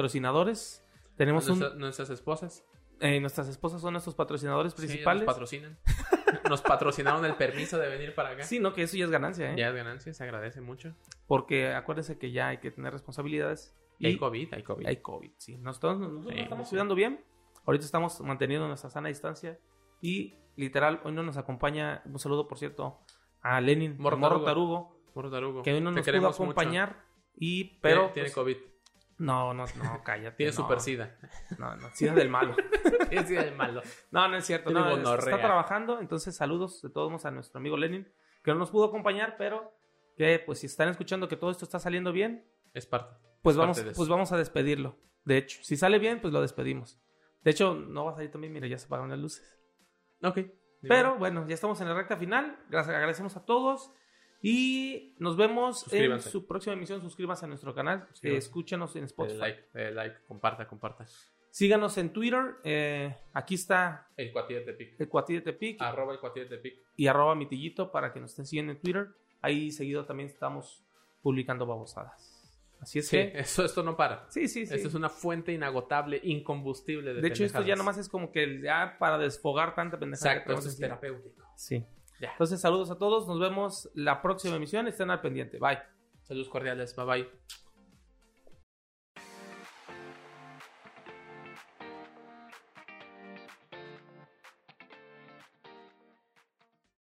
Speaker 1: patrocinadores. Tenemos un...
Speaker 2: Nuestra- Nuestras esposas
Speaker 1: eh, nuestras esposas son nuestros patrocinadores
Speaker 2: sí,
Speaker 1: principales.
Speaker 2: nos patrocinan. nos patrocinaron el permiso de venir para acá.
Speaker 1: Sí, no, que eso ya es ganancia, ¿eh?
Speaker 2: Ya es ganancia, se agradece mucho.
Speaker 1: Porque acuérdense que ya hay que tener responsabilidades.
Speaker 2: Y hay COVID, hay COVID.
Speaker 1: Hay COVID, sí. Nosotros, nosotros
Speaker 2: Sí,
Speaker 1: nos estamos
Speaker 2: sí.
Speaker 1: cuidando bien. Ahorita estamos manteniendo nuestra sana distancia. Y literal, hoy no nos acompaña, un saludo por cierto, a Lenin
Speaker 2: Morro
Speaker 1: Morro
Speaker 2: Tarugo.
Speaker 1: Tarugo,
Speaker 2: Moro Tarugo,
Speaker 1: que hoy no
Speaker 2: te
Speaker 1: nos pudo
Speaker 2: queremos mucho.
Speaker 1: acompañar. Y,
Speaker 2: Tiene-
Speaker 1: pero.
Speaker 2: tiene
Speaker 1: pues,
Speaker 2: COVID,
Speaker 1: No, no, no, cállate.
Speaker 2: tiene
Speaker 1: no,
Speaker 2: super sida.
Speaker 1: No, no, sida del malo.
Speaker 2: Tiene sida de malo.
Speaker 1: No, no es cierto.
Speaker 2: Tiene
Speaker 1: No, es-
Speaker 2: gonorrea.
Speaker 1: está trabajando. Entonces, saludos de todos modos a nuestro amigo Lenin, que no nos pudo acompañar, pero que pues si están escuchando que todo esto está saliendo bien,
Speaker 2: Es parte.
Speaker 1: Pues vamos,
Speaker 2: parte de eso.
Speaker 1: pues vamos a despedirlo. De hecho, si sale bien, pues lo despedimos. De hecho, no va a salir también, mira, ya se apagaron las luces.
Speaker 2: Ok.
Speaker 1: Pero bueno, ya estamos en la recta final. Gracias, agradecemos a todos. Y nos vemos en
Speaker 2: Suscríbanse.
Speaker 1: su próxima emisión. Suscríbanse a nuestro canal. eh,
Speaker 2: Suscríbanse.
Speaker 1: escúchenos en
Speaker 2: Dale
Speaker 1: Spotify.
Speaker 2: like, dale like, comparta, comparta.
Speaker 1: Síganos en Twitter. eh, aquí está
Speaker 2: El cuatillo de pic.
Speaker 1: el Cuatillo de Tepic
Speaker 2: Arroba el cuatillo de pic.
Speaker 1: y arroba mitillito para que nos estén siguiendo en Twitter. Ahí seguido también estamos publicando babosadas. Así es
Speaker 2: Sí,
Speaker 1: que.
Speaker 2: eso, esto no para.
Speaker 1: Sí, sí, sí.
Speaker 2: Esta es una fuente inagotable, incombustible de
Speaker 1: de hecho, esto ya
Speaker 2: pendejadas.
Speaker 1: nomás es como que el- ya para desfogar tanta pendejada que
Speaker 2: Exacto,
Speaker 1: tenemos
Speaker 2: esto es
Speaker 1: encima.
Speaker 2: terapéutico.
Speaker 1: Sí.
Speaker 2: Ya.
Speaker 1: Entonces, saludos a todos. Nos vemos la próxima emisión. Estén al pendiente. Bye.
Speaker 2: Saludos cordiales, bye bye.